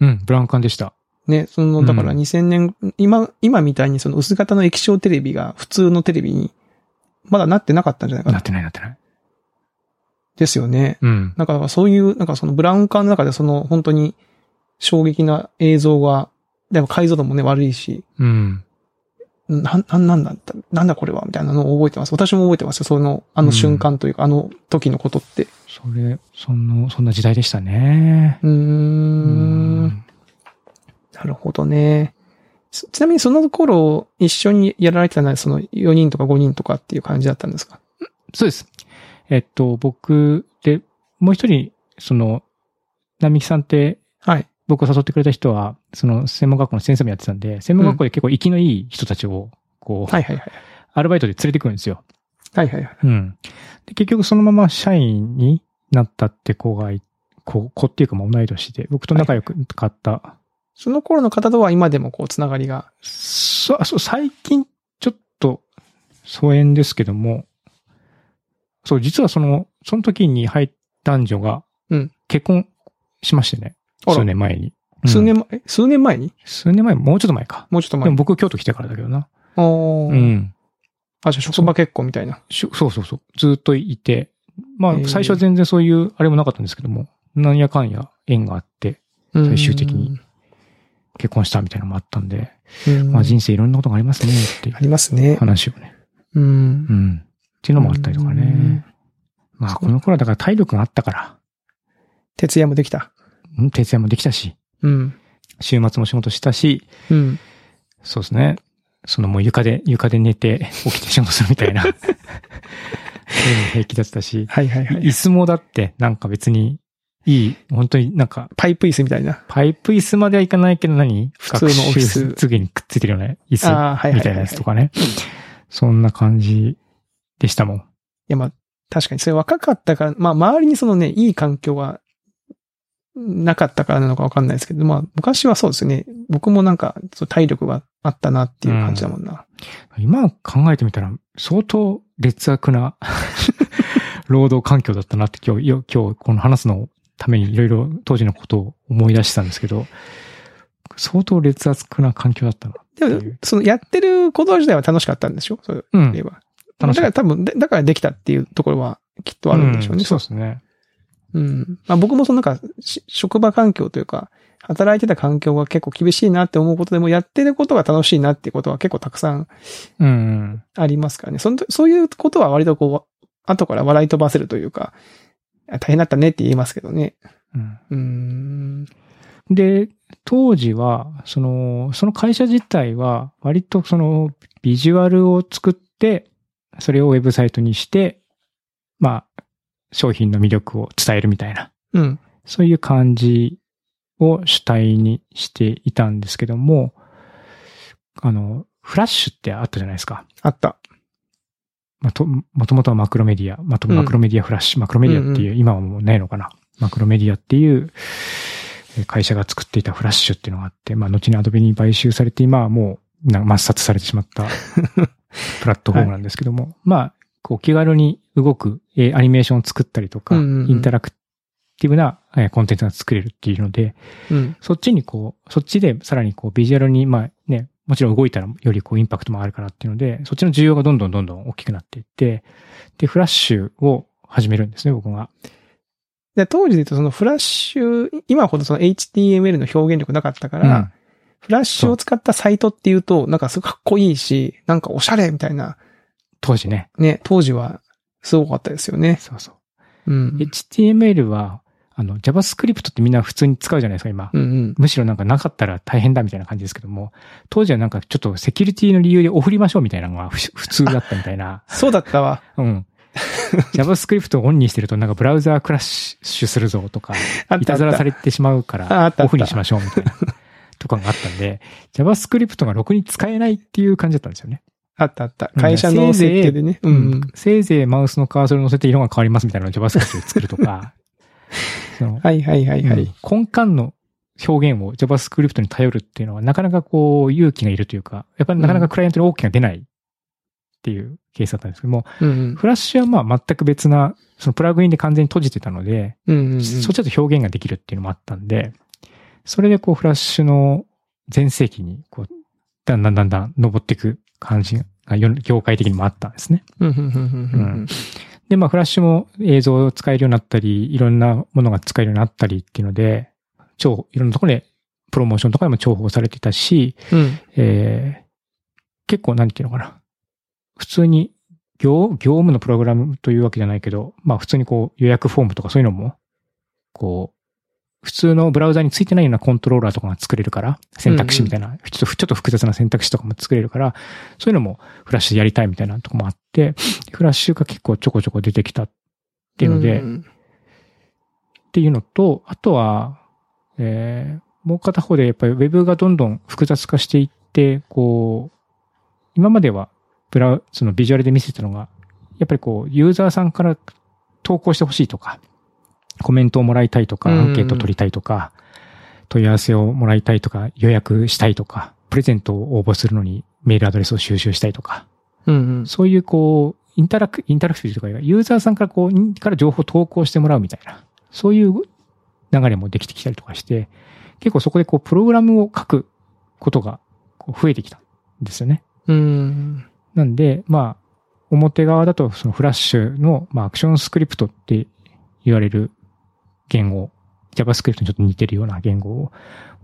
[SPEAKER 1] うん、ブラウン管でした。
[SPEAKER 2] ね、その、だから
[SPEAKER 1] うん
[SPEAKER 2] 2000年、今、今みたいにその薄型の液晶テレビが普通のテレビに、まだなってなかったんじゃないか
[SPEAKER 1] な
[SPEAKER 2] な
[SPEAKER 1] っ。てないなってない。
[SPEAKER 2] ですよね。
[SPEAKER 1] うん。
[SPEAKER 2] なんかそういう、なんかそのブラウン管の中でその本当に衝撃な映像が、でも解像度もね悪いし、
[SPEAKER 1] うん。
[SPEAKER 2] なん、なんなんだった、なんだこれはみたいなのを覚えてます。私も覚えてますよ。その、あの瞬間というか、あの時のことって。
[SPEAKER 1] それ、その、そんな時代でしたね。
[SPEAKER 2] うー。
[SPEAKER 1] うん
[SPEAKER 2] なるほどね。そちなみにその頃、一緒にやられてたのは、その4人とか5人とかっていう感じだったんですか
[SPEAKER 1] そうです。えっと、僕で、もう一人、その、並木さんって、
[SPEAKER 2] はい。
[SPEAKER 1] 僕を誘ってくれた人は、その、専門学校の先生もやってたんで、専門学校で結構生きのいい人たちを、こう、
[SPEAKER 2] はいはいはい。
[SPEAKER 1] アルバイトで連れてくるんですよ。
[SPEAKER 2] はいはいはい。
[SPEAKER 1] うん。で、結局そのまま社員になったって子がい、子、子っていうかまあ同い年で、僕と仲良くかった。
[SPEAKER 2] その頃の方とは今でもこう、つながりが。
[SPEAKER 1] そ、あそう、最近、ちょっと、疎遠ですけども、そう、実はその、その時に入った男女が
[SPEAKER 2] うん、
[SPEAKER 1] 結婚しましてね。
[SPEAKER 2] あら
[SPEAKER 1] 数年前に。
[SPEAKER 2] 数
[SPEAKER 1] うん
[SPEAKER 2] 年前、え数年前に
[SPEAKER 1] 数年前、もうちょっと前か。
[SPEAKER 2] もうちょっと
[SPEAKER 1] で
[SPEAKER 2] 前
[SPEAKER 1] も
[SPEAKER 2] に。
[SPEAKER 1] 僕、京都来てからだけどな。
[SPEAKER 2] お
[SPEAKER 1] う
[SPEAKER 2] ー
[SPEAKER 1] ん。
[SPEAKER 2] あ、じゃあ職場結婚みたいな。
[SPEAKER 1] しそうそうそう。ずっといて。ま
[SPEAKER 2] へ
[SPEAKER 1] あ
[SPEAKER 2] ー、
[SPEAKER 1] 最初は全然そういう、あれもなかったんですけども、なんやかんや縁があって、最終的に結婚したみたいなのもあったんで、
[SPEAKER 2] うん。うん
[SPEAKER 1] まあ人生いろんなことがありますね、ってい
[SPEAKER 2] あ
[SPEAKER 1] う
[SPEAKER 2] りますね。
[SPEAKER 1] 話をね。
[SPEAKER 2] うん
[SPEAKER 1] う。ん。っていうのもあったりとかね。まあ、
[SPEAKER 2] そ
[SPEAKER 1] こ
[SPEAKER 2] う
[SPEAKER 1] の頃はだから体力があったから、
[SPEAKER 2] 徹夜もできた。
[SPEAKER 1] うん徹夜もできたし、
[SPEAKER 2] うん。
[SPEAKER 1] 週末も仕事したし、
[SPEAKER 2] うん。
[SPEAKER 1] そうですね。そのもう床で、床で寝て起きて仕事するみたいな。そう いうのも平気だったし、
[SPEAKER 2] はいはいはい
[SPEAKER 1] 椅。子もだってなんか別にいい、本当になんか
[SPEAKER 2] パイプ椅子みたいな。
[SPEAKER 1] パイプ椅子まではいかないけど何
[SPEAKER 2] 普通のオフィス
[SPEAKER 1] 学習すぐにくっついてるよね。椅子
[SPEAKER 2] ああ、はいはいはい。
[SPEAKER 1] みたいなやつとかね。そんな感じでしたもん。
[SPEAKER 2] いや、まあ、確かに、それ若かったから、まあ、周りにそのね、いい環境がなかったからなのかわかんないですけど、まあ、昔はそうですよね。僕もなんか、そう体力があったなっていう感じだもんな。
[SPEAKER 1] 今考えてみたら、相当劣悪 な労働環境だったなって今日、よ今日この話すのためにいろいろ当時のことを思い出したんですけど、相当劣悪な環境だったなってい
[SPEAKER 2] でも
[SPEAKER 1] う。、
[SPEAKER 2] そのやってること自体は楽しかったんでしょそれ
[SPEAKER 1] うん
[SPEAKER 2] 言えば。
[SPEAKER 1] 楽し
[SPEAKER 2] だ
[SPEAKER 1] か
[SPEAKER 2] か
[SPEAKER 1] っ
[SPEAKER 2] ら多分、でだからできたっていうところはきっとあるんでしょうね。
[SPEAKER 1] んそうですね。
[SPEAKER 2] うん。まあ僕もそのなんか、し職場環境というか、働いてた環境が結構厳しいなって思うことでも、やってることが楽しいなっていうことは結構たくさん
[SPEAKER 1] うんうん。
[SPEAKER 2] ありますからね。その、そういうことは割とこう、後から笑い飛ばせるというか、あ大変だったねって言いますけどね。
[SPEAKER 1] うん
[SPEAKER 2] うーん。
[SPEAKER 1] で、当時は、その、その会社自体は、割とその、ビジュアルを作って、それをウェブサイトにして、まあ、商品の魅力を伝えるみたいな、
[SPEAKER 2] うん。
[SPEAKER 1] そういう感じを主体にしていたんですけども、あの、フラッシュってあったじゃないですか。
[SPEAKER 2] あった。
[SPEAKER 1] まあ、と、もともとはマクロメディア、まあと、
[SPEAKER 2] うん
[SPEAKER 1] マクロメディアフラッシュ、マクロメディアっていう、今はもうないのかな。マクロメディアっていうえー会社が作っていたフラッシュっていうのがあって、まあ、後にアドビに買収されて、今はもう、な抹殺されてしまった プラットフォームなんですけども、まあ、こう、気軽に動く、えーアニメーションを作ったりとか、
[SPEAKER 2] うんうんうん
[SPEAKER 1] インタラクティブな、えーコンテンツが作れるっていうので、
[SPEAKER 2] うん。
[SPEAKER 1] そっちにこう、そっちでさらにこうビジュアルに、まあね、もちろん動いたらよりこうインパクトもあるからっていうので、そっちの需要がどんどんどんどん大きくなっていって、で、フラッシュを始めるんですね、僕が。
[SPEAKER 2] で、当時で言うとそのフラッシュ、今ほどその HTML の表現力なかったから、
[SPEAKER 1] うん
[SPEAKER 2] フラッシュを使ったサイトっていうと、なんかすごいかっこいいし、なんかおしゃれみたいな、
[SPEAKER 1] 当時ね。
[SPEAKER 2] ね、当時はすごかったですよね。
[SPEAKER 1] そうそう。
[SPEAKER 2] うん。
[SPEAKER 1] HTML は、あの、JavaScript ってみんな普通に使うじゃないですか、今。
[SPEAKER 2] うんうん。
[SPEAKER 1] むしろなんかなかったら大変だみたいな感じですけども、当時はなんかちょっとセキュリティの理由でお振りましょうみたいなのがふし普通だったみたいな。
[SPEAKER 2] そうだったわ。
[SPEAKER 1] うん。JavaScript をオンにしてるとなんかブラウザークラッシュするぞとか、
[SPEAKER 2] あったあっ た
[SPEAKER 1] いたずらされてしまうか
[SPEAKER 2] ああ
[SPEAKER 1] ら
[SPEAKER 2] った、あった
[SPEAKER 1] オフにしましょうみたい な、とかがあったんで、JavaScript がろくに使えないっていう感じだったんですよね。
[SPEAKER 2] あったあった。
[SPEAKER 1] うん
[SPEAKER 2] 会社の設定でね。うんうん。
[SPEAKER 1] せいぜいマウスのカーソル乗せて色が変わりますみたいなのを JavaScript で作ると か、その
[SPEAKER 2] はいはいはいは
[SPEAKER 1] う
[SPEAKER 2] い。
[SPEAKER 1] ん根幹の表現を JavaScript に頼るっていうのはなかなかこう勇気がいるというか、やっぱりなかなかクライアントに OK が出ないっていうケースだったんですけども、
[SPEAKER 2] うんうん。
[SPEAKER 1] フラッシュはまあ全く別な、そのプラグインで完全に閉じてたので、
[SPEAKER 2] うんうんうん。
[SPEAKER 1] そっちだと表現ができるっていうのもあったんで、それでこうフラッシュの全盛期にこう、だんだんだんだん登っていく感じがよ業界的にもあったんですね。
[SPEAKER 2] うんうんうんうんうん
[SPEAKER 1] で、まあフラッシュも映像を使えるようになったり、いろんなものが使えるようになったりっていうので、重いろんなところでプロモーションとかでも重宝されてたし、
[SPEAKER 2] うん。
[SPEAKER 1] えー結構なんていうのかな。普通に業、業務のプログラムというわけじゃないけど、まあ普通にこう予約フォームとかそういうのも、こう、普通のブラウザについてないようなコントローラーとかが作れるから、選択肢みたいな、ちょっと、ちょっと複雑な選択肢とかも作れるから、そういうのもフラッシュでやりたいみたいなとこもあって、フラッシュが結構ちょこちょこ出てきたっていうので、
[SPEAKER 2] んん
[SPEAKER 1] っていうのと、あとは、えー、もう片方でやっぱり Web がどんどん複雑化していって、こう、今まではブラウ、そのビジュアルで見せてたのが、やっぱりこう、ユーザーさんから投稿してほしいとか、コメントをもらいたいとか、
[SPEAKER 2] うん
[SPEAKER 1] アンケート取りたいとか、問い合わせをもらいたいとか、予約したいとか、プレゼントを応募するのにメールアドレスを収集したいとか、
[SPEAKER 2] うんうん。
[SPEAKER 1] そういうこう、インタラク、インタラクティブというか、ユーザーさんからこう、にから情報を投稿してもらうみたいな、そういう流れもできてきたりとかして、結構そこでこう、プログラムを書くことがこう増えてきたんですよね。
[SPEAKER 2] うん。
[SPEAKER 1] なんで、まあ、表側だとそのフラッシュの、まあ、アクションスクリプトって言われる言語、JavaScript にちょっと似てるような言語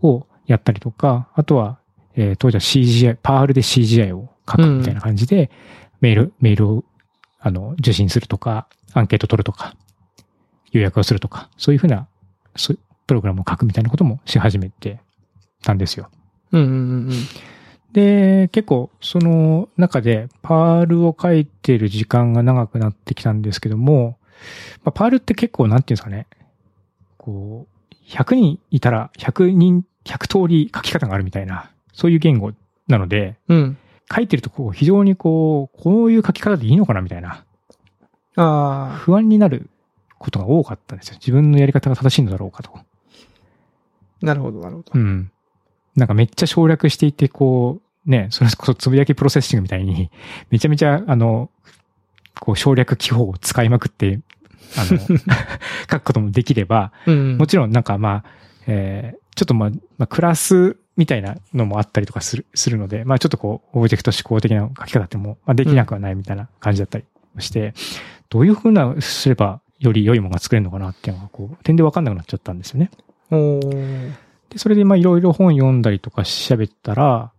[SPEAKER 1] ををやったりとか、あとは、えー当時は CGI、パールで CGI を書くみたいな感じで、メール、メールを、あの、受信するとか、アンケート取るとか、予約をするとか、そういうふうな、そうプログラムを書くみたいなこともし始めてたんですよ。
[SPEAKER 2] うんうんうん。
[SPEAKER 1] で、結構その中でパールを書いてる時間が長くなってきたんですけども、まあ、パールって結構なんていうんですかね、こう、100人いたら100人、100通り書き方があるみたいな、そういう言語なので、
[SPEAKER 2] うん。
[SPEAKER 1] 書いてるとこう非常にこう、こういう書き方でいいのかなみたいな、
[SPEAKER 2] ああ。
[SPEAKER 1] 不安になることが多かったんですよ。自分のやり方が正しいのだろうかと。
[SPEAKER 2] なるほど、なるほど
[SPEAKER 1] う。ん。なんかめっちゃ省略していて、こう、ね、それこそつぶやきプロセッシングみたいに、 めちゃめちゃ、あの、こう省略記法を使いまくって、あの、 書くこともできれば、
[SPEAKER 2] うん
[SPEAKER 1] もちろんなんかまあ、えーちょっとまあ、まあ、クラスみたいなのもあったりとかする、するので、まあちょっとこう、オブジェクト思考的な書き方っても、まあできなくはないみたいな感じだったりして、どういうふうな、すればより良いものが作れるのかなっていうのが、こう、点でわかんなくなっちゃったんですよね。
[SPEAKER 2] おー
[SPEAKER 1] で、それでまあいろいろ本読んだりとか調べたら、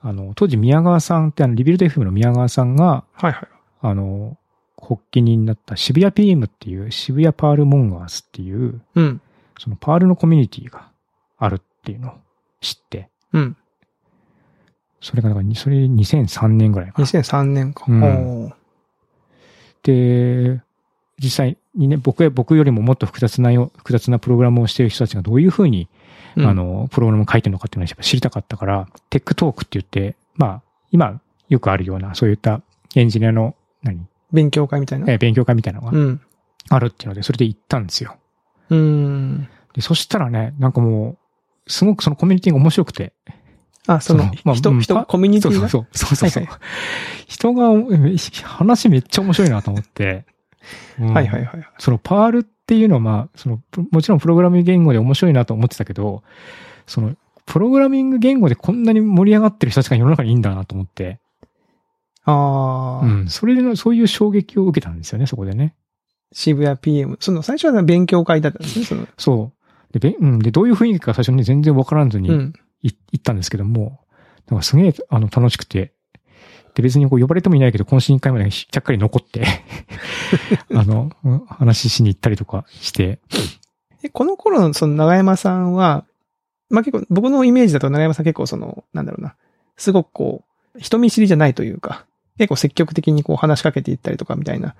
[SPEAKER 1] あの、当時宮川さんってあの、リビルド FM の宮川さんが、
[SPEAKER 2] はいはい。
[SPEAKER 1] あの、発起人になった渋谷 PM っていう渋谷パールモンガースっていう、
[SPEAKER 2] うん。
[SPEAKER 1] そのパールのコミュニティがあるっていうのを知って、
[SPEAKER 2] うん。
[SPEAKER 1] それがなんか、それ2003年ぐらいかな。
[SPEAKER 2] 2003年か。
[SPEAKER 1] うん
[SPEAKER 2] おー
[SPEAKER 1] で、実際にね、僕や僕よりももっと複雑なよ、複雑なプログラムをしている人たちがどういうふうに、
[SPEAKER 2] うん
[SPEAKER 1] あ、の、プログラムを書いてるのかっていうのをやっぱ知りたかったから、テックトークって言って、まあ、今よくあるような、そういったエンジニアの、何、
[SPEAKER 2] 勉強会みたいな。
[SPEAKER 1] えー勉強会みたいなの
[SPEAKER 2] う
[SPEAKER 1] が
[SPEAKER 2] ん。
[SPEAKER 1] あるっていうので、それで行ったんですよ。
[SPEAKER 2] うん。
[SPEAKER 1] で、そしたらね、なんかもう、すごくそのコミュニティが面白くて、
[SPEAKER 2] あ、その
[SPEAKER 1] そのま、あう
[SPEAKER 2] 人、
[SPEAKER 1] ん
[SPEAKER 2] 人、コミュニテ
[SPEAKER 1] そう
[SPEAKER 2] ィ
[SPEAKER 1] そう
[SPEAKER 2] が。
[SPEAKER 1] そう。そうそうそう
[SPEAKER 2] はい
[SPEAKER 1] 人が、え話めっちゃ面白いなと思って。うん
[SPEAKER 2] はいはいはいはい。
[SPEAKER 1] そのパールっていうのは、まあ、その、プもちろんプログラミング言語で面白いなと思ってたけど、その、プログラミング言語でこんなに盛り上がってる人たちが世の中にいいんだなと思って、
[SPEAKER 2] あ
[SPEAKER 1] う
[SPEAKER 2] あ、
[SPEAKER 1] ん、それの、そういう衝撃を受けたんですよね、そこでね。
[SPEAKER 2] 渋谷 PM。その、最初は勉強会だったんですね、その。
[SPEAKER 1] そう。で、べうん、で、どういう雰囲気か最初に全然わからんずに
[SPEAKER 2] う
[SPEAKER 1] い
[SPEAKER 2] ん。
[SPEAKER 1] 行ったんですけども、なんかすげえ、あの、楽しくて、で、別にこう呼ばれてもいないけど、懇親会までちゃっかり残 って、あの、うん話しに行ったりとかして、
[SPEAKER 2] え、この頃のその長山さんは、まあ、結構、僕のイメージだと長山さん結構その、なんだろうな、すごくこう、人見知りじゃないというか、結構積極的にこう話しかけていったりとかみたいな、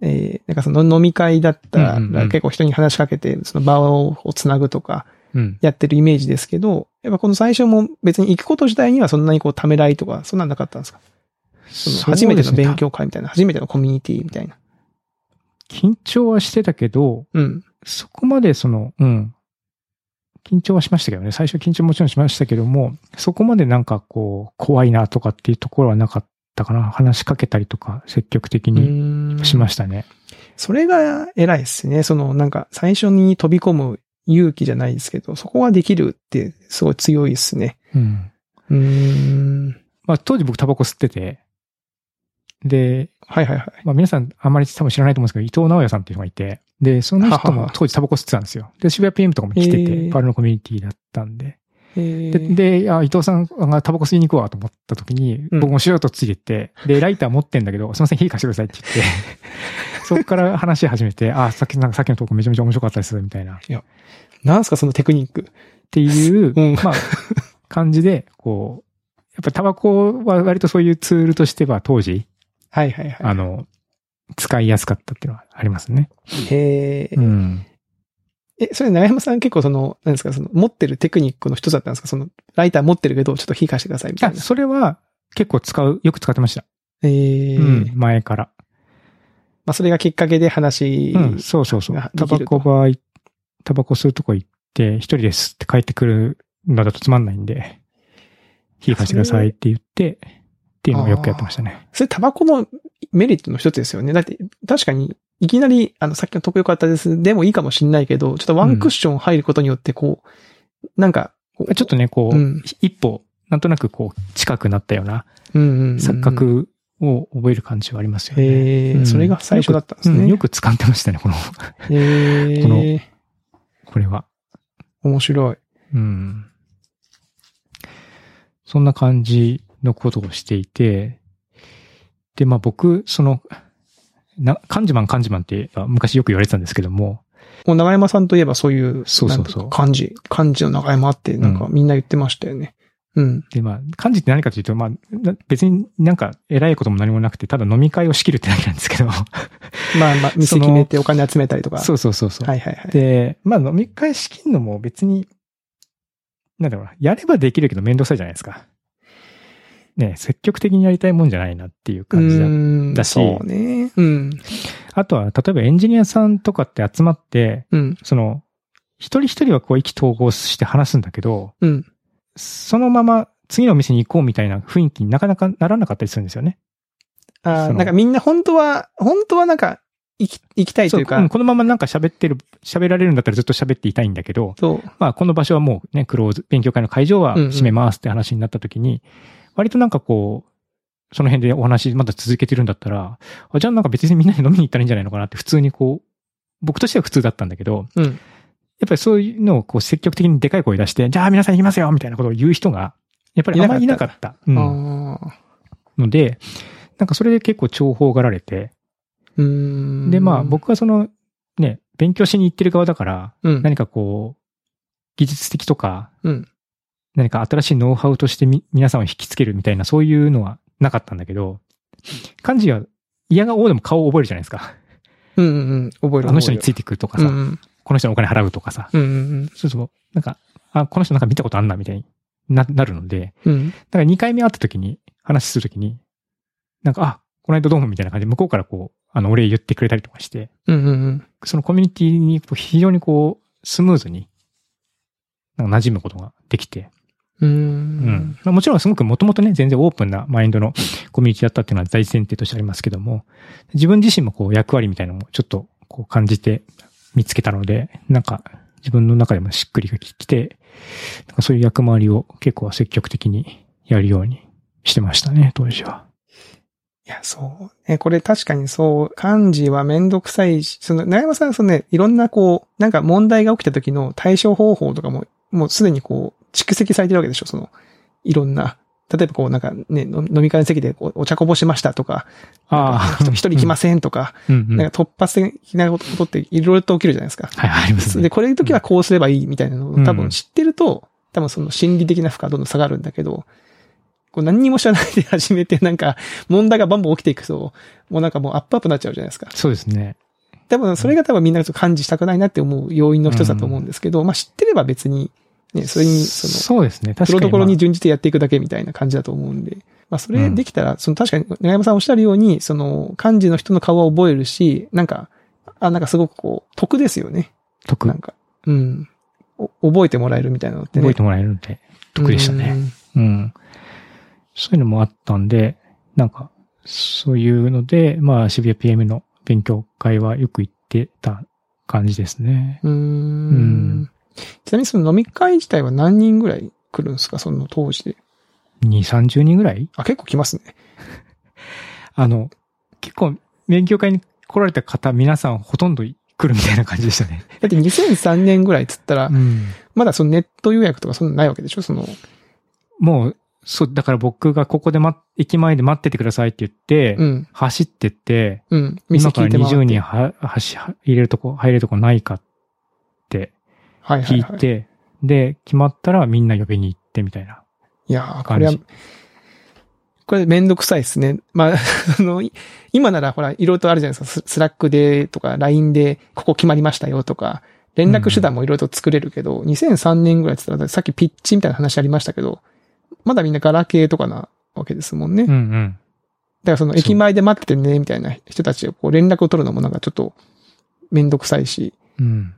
[SPEAKER 2] えー、なんかその飲み会だった
[SPEAKER 1] うんうんう
[SPEAKER 2] ら
[SPEAKER 1] ん
[SPEAKER 2] 結構人に話しかけて、その場ををつなぐとか、
[SPEAKER 1] うん。
[SPEAKER 2] やってるイメージですけど、やっぱこの最初も別に行くこと自体にはそんなにこうためらいとか、そんなんなかったんですかその初めての勉強会みたいな、初めてのコミュニティみたいな。
[SPEAKER 1] 緊張はしてたけど、
[SPEAKER 2] うん。
[SPEAKER 1] そこまでその、うん。緊張はしましたけどね。最初緊張もちろんしましたけども、そこまでなんかこう、怖いなとかっていうところはなかったかな。話しかけたりとか、積極的にしま
[SPEAKER 2] し
[SPEAKER 1] したね。
[SPEAKER 2] た。それが偉いですね。そのなんか最初に飛び込む勇気じゃないですけど、そこができるってすごい強いですね。
[SPEAKER 1] うん。
[SPEAKER 2] うーん。
[SPEAKER 1] まあ当時僕タバコ吸ってて、で、
[SPEAKER 2] はいはいはい。
[SPEAKER 1] まあ皆さんあんまり多分知らないと思うんですけど、伊藤直也さんっていう人がいて、で、その人
[SPEAKER 2] はは
[SPEAKER 1] も
[SPEAKER 2] は
[SPEAKER 1] 当時タバコ吸ってたんですよ。で、渋谷 PM とかも来て
[SPEAKER 2] へ
[SPEAKER 1] て、
[SPEAKER 2] え
[SPEAKER 1] パルのコミュニティだったんで。
[SPEAKER 2] え
[SPEAKER 1] で、
[SPEAKER 2] ー、
[SPEAKER 1] で、あ、伊藤さんがタバコ吸いに行くわと思った時に、
[SPEAKER 2] うん
[SPEAKER 1] 僕も素人ついてって、で、ライター持ってんだけど、すい ません、火貸してくださいって言って、 そこから話し始めて、あ、さっき、なんかさっきのトークめちゃめちゃ面白かったです、みたいな、っ
[SPEAKER 2] なんすかそのテクニック。
[SPEAKER 1] ていう、
[SPEAKER 2] うん
[SPEAKER 1] まあ、感じで、こう、やっぱタバコは割とそういうツールとしては当時、
[SPEAKER 2] はいはいは
[SPEAKER 1] あの、使いやすかったっていうのはありますね。
[SPEAKER 2] い。えー
[SPEAKER 1] うん。
[SPEAKER 2] え、それ長山さん結構その、なんですか、その持ってるテクニックの一つだったんですかその、ライター持ってるけど、ちょっと火貸してくださいみたい
[SPEAKER 1] あ、
[SPEAKER 2] な。
[SPEAKER 1] それは結構使う、よく使ってました。
[SPEAKER 2] えー
[SPEAKER 1] うん、前から。
[SPEAKER 2] まあ、それがきっかけで話、
[SPEAKER 1] うん、そうそうそう
[SPEAKER 2] が。で
[SPEAKER 1] タ
[SPEAKER 2] き
[SPEAKER 1] バ
[SPEAKER 2] る
[SPEAKER 1] コ
[SPEAKER 2] と
[SPEAKER 1] 場行っ、タバコ吸うとこ行って、一人ですって帰ってくるのだとつまんないんで、火貸してくださいって言って、っていうのをよくやってましたね。
[SPEAKER 2] それタバコのメリットの一つですよね。だって、確かに、いきなり、あの、さっきのとこ良かったです。でもいいかもしんないけど、ちょっとワンクッション入ることによって、こう、なんか、こう
[SPEAKER 1] ちょっとね、こう、
[SPEAKER 2] うん
[SPEAKER 1] 一歩、なんとなくこう、近くなったような
[SPEAKER 2] うんうんうん
[SPEAKER 1] 錯。覚を覚える感じはありますよね。
[SPEAKER 2] へえ、
[SPEAKER 1] うん
[SPEAKER 2] それが最初だったんです
[SPEAKER 1] うん、
[SPEAKER 2] ね
[SPEAKER 1] よ。く掴んでましたね、この、
[SPEAKER 2] へ
[SPEAKER 1] こ
[SPEAKER 2] え
[SPEAKER 1] の、これは。
[SPEAKER 2] 面白い。
[SPEAKER 1] うん。そんな感じのことをしていて、で、まあ僕、その、な、カンジマンカンジマンってあ昔よく言われてたんですけども、
[SPEAKER 2] もう長山さんといえばそういう、
[SPEAKER 1] そうそうそう
[SPEAKER 2] なんか漢字、漢字の長山って、なんかみんな言ってましたよね。うん。
[SPEAKER 1] で、まあ、漢字って何かというと、まあ、な別になんか偉いことも何もなくて、ただ飲み会を仕切るってだけなんですけど。
[SPEAKER 2] まあまあ、店決めてお金集めたりとか。
[SPEAKER 1] そうそうそうそう。
[SPEAKER 2] はいはいはい。
[SPEAKER 1] で、まあ飲み会仕切るのも別に、なんだろうな、やればできるけど面倒くさいじゃないですか。ね積極的にやりたいもんじゃないなっていう感じだ
[SPEAKER 2] じ
[SPEAKER 1] だし
[SPEAKER 2] そうね。うん。
[SPEAKER 1] あとは、例えばエンジニアさんとかって集まって、
[SPEAKER 2] うん。
[SPEAKER 1] その、一人一人はこう意気投合して話すんだけど、
[SPEAKER 2] うん。
[SPEAKER 1] そのまま次のお店に行こうみたいな雰囲気になかなかならなかったりするんですよね。そ
[SPEAKER 2] ああ、
[SPEAKER 1] の
[SPEAKER 2] なんかみんな本当は、本当はなんか、行き、行きたいという
[SPEAKER 1] そううん
[SPEAKER 2] か、
[SPEAKER 1] このままなんか喋ってる、喋られるんだったらずっと喋っていたいんだけど、
[SPEAKER 2] そう、
[SPEAKER 1] まあこの場所はもうね、クローズ、勉強会の会場は
[SPEAKER 2] うんうん
[SPEAKER 1] 閉めますって話になった時に、割となんかこう、その辺でお話まだ続けてるんだったら、あじゃあなんか別にみんなで飲みに行ったらいいんじゃないのかなって普通にこう、僕としては普通だったんだけど、
[SPEAKER 2] うん。
[SPEAKER 1] やっぱりそういうのをこう積極的にでかい声出して、じゃあ皆さん行きますよみたいなことを言う人が、やっぱりあんまりいなかった。うん
[SPEAKER 2] ああ、
[SPEAKER 1] ので、なんかそれで結構重宝がられて、
[SPEAKER 2] うーん。
[SPEAKER 1] でまあ、僕はその、ね、勉強しに行ってる側だから、
[SPEAKER 2] うん、
[SPEAKER 1] 何かこう、技術的とか、
[SPEAKER 2] うん
[SPEAKER 1] 何か新しいノウハウとしてみ皆さんを引きつけるみたいな、そういうのはなかったんだけど、漢字は嫌が応でも顔を覚えるじゃないですか。
[SPEAKER 2] うんうんうん、覚える。
[SPEAKER 1] あの人に
[SPEAKER 2] い
[SPEAKER 1] ついていくとか
[SPEAKER 2] うん
[SPEAKER 1] さ、
[SPEAKER 2] うん、
[SPEAKER 1] この人のお金払うとかさ、
[SPEAKER 2] うんうん
[SPEAKER 1] そうそう、なんか、あ、この人なんか見たことあんなみたいにななるので、
[SPEAKER 2] うん、うん。
[SPEAKER 1] だから2回目会った時に、話する時に、なんか、あ、この間どうもみたいな感じで向こうからこう、あの、お礼言ってくれたりとかして、
[SPEAKER 2] うんうんうん。
[SPEAKER 1] そのコミュニティにこう非常にこう、スムーズに、なんか馴染むことができて、
[SPEAKER 2] うー
[SPEAKER 1] うんん。まあ、もちろんすごくもともとね、全然オープンなマインドのコミュニティだったっていうのは大前提としてありますけども、自分自身もこう役割みたいなのもちょっとこう感じて見つけたので、なんか自分の中でもしっくりがきて、なんかそういう役回りを結構積極的にやるようにしてましたね、当時は。
[SPEAKER 2] いや、そう。ね、これ確かにそう、漢字はめんどくさいし、その、長山さん、そのね、いろんなこう、なんか問題が起きた時の対処方法とかも、もうすでにこう、蓄積されてるわけでしょ、その、いろんな。例えばこう、なんかね、飲み飲み会の席でこうお茶こぼしましたとか、なんか 一人来ま
[SPEAKER 1] し
[SPEAKER 2] せんとか、
[SPEAKER 1] た。うんうん
[SPEAKER 2] なんか突発的なことっていろいろと起きるじゃないですか。
[SPEAKER 1] はい、ありますね
[SPEAKER 2] で、。これの時はこうすればいいみたいなの
[SPEAKER 1] う
[SPEAKER 2] を
[SPEAKER 1] ん
[SPEAKER 2] 多分知ってると、多分その心理的な負荷はどんどん下がるんだけど、こう何にも知らないで始めてなんか問題がバンバン起きていくと、もうなんかもうアップアップになっちゃうじゃないですか。
[SPEAKER 1] そうですね。
[SPEAKER 2] 多分それが多分みんながちょっと感じしたくないなって思う要因の一つだと思うんですけど、まあ知ってれば別に、ね、それにその、
[SPEAKER 1] そうですね。確か
[SPEAKER 2] プ
[SPEAKER 1] に、ま
[SPEAKER 2] ロト
[SPEAKER 1] あ。
[SPEAKER 2] コルに準じてやっていくだけみたいな感じだと思うんで。まあ、それできたら、その確かに、長山さんおっしゃるように、その、漢字の人の顔は覚えるし、なんか、あ、なんかすごくこう、得ですよね。
[SPEAKER 1] 得
[SPEAKER 2] なんか、うん。お覚えてもらえるみたいなのってね。
[SPEAKER 1] 覚えてもらえるので、得でしたね。うん。そういうのもあったんで、なんか、そういうので、まあ、渋谷 PM の勉強会はよく行ってた感じですね。
[SPEAKER 2] うん。うー
[SPEAKER 1] うん
[SPEAKER 2] ん。ちなみにその飲み会自体は何人ぐらい来るんですかその当時で。
[SPEAKER 1] 2、30人ぐらい
[SPEAKER 2] あ、結構来ますね。
[SPEAKER 1] あの、結構、勉強会に来られた方、皆さんほとんど来るみたいな感じでしたね。
[SPEAKER 2] だって2003年ぐらいっつったら、
[SPEAKER 1] うん。
[SPEAKER 2] まだそのネット予約とかそんなないわけでしょその、
[SPEAKER 1] もう、そう、だから僕がここで待っ、駅前で待っててくださいって言って、
[SPEAKER 2] うん、
[SPEAKER 1] 走ってって、
[SPEAKER 2] うん。店
[SPEAKER 1] 今か
[SPEAKER 2] 聞
[SPEAKER 1] ら
[SPEAKER 2] いても
[SPEAKER 1] 20人は、はし、入れるとこ、入れるとこないかって
[SPEAKER 2] はいは
[SPEAKER 1] 聞
[SPEAKER 2] い
[SPEAKER 1] い
[SPEAKER 2] はい。
[SPEAKER 1] て、で、決まったらみんな呼びに行ってみたいな。
[SPEAKER 2] いやー、これは
[SPEAKER 1] 感じ、
[SPEAKER 2] これめんどくさいですね。まあ、 あの、い今ならほら、いろいろとあるじゃないですか。ススラックでとか、LINE で、ここ決まりましたよとか、連絡手段もいろいろと作れるけど、2003年ぐらいって言ったら、さっきピッチみたいな話ありましたけど、まだみんなガラケーとかなわけですもんね。
[SPEAKER 1] うん
[SPEAKER 2] だ
[SPEAKER 1] うん。
[SPEAKER 2] からその駅前で待っててね、みたいな人たちをこう連絡を取るのもなんかちょっとめんどくさいし、
[SPEAKER 1] うん。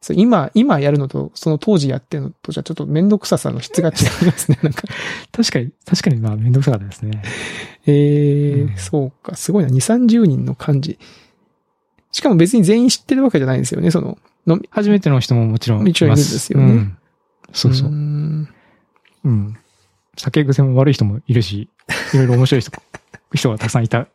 [SPEAKER 2] そう今、今やるのと、その当時やってるのとじゃちょっとめんどくささの質が違いますね。なんか
[SPEAKER 1] 確かに、確かに、まあ、めんどくさかったですね。
[SPEAKER 2] えー
[SPEAKER 1] うん
[SPEAKER 2] そうか、すごいな、2、30人の感じ。しかも別に全員知ってるわけじゃないんですよね、その。
[SPEAKER 1] 初めての人ももちろんいます。
[SPEAKER 2] 一応いるんですよね
[SPEAKER 1] うんそうそう
[SPEAKER 2] ー
[SPEAKER 1] う。
[SPEAKER 2] ん
[SPEAKER 1] うん。酒癖も悪い人もいる し、いろいろ面白い人、人がたくさんいた。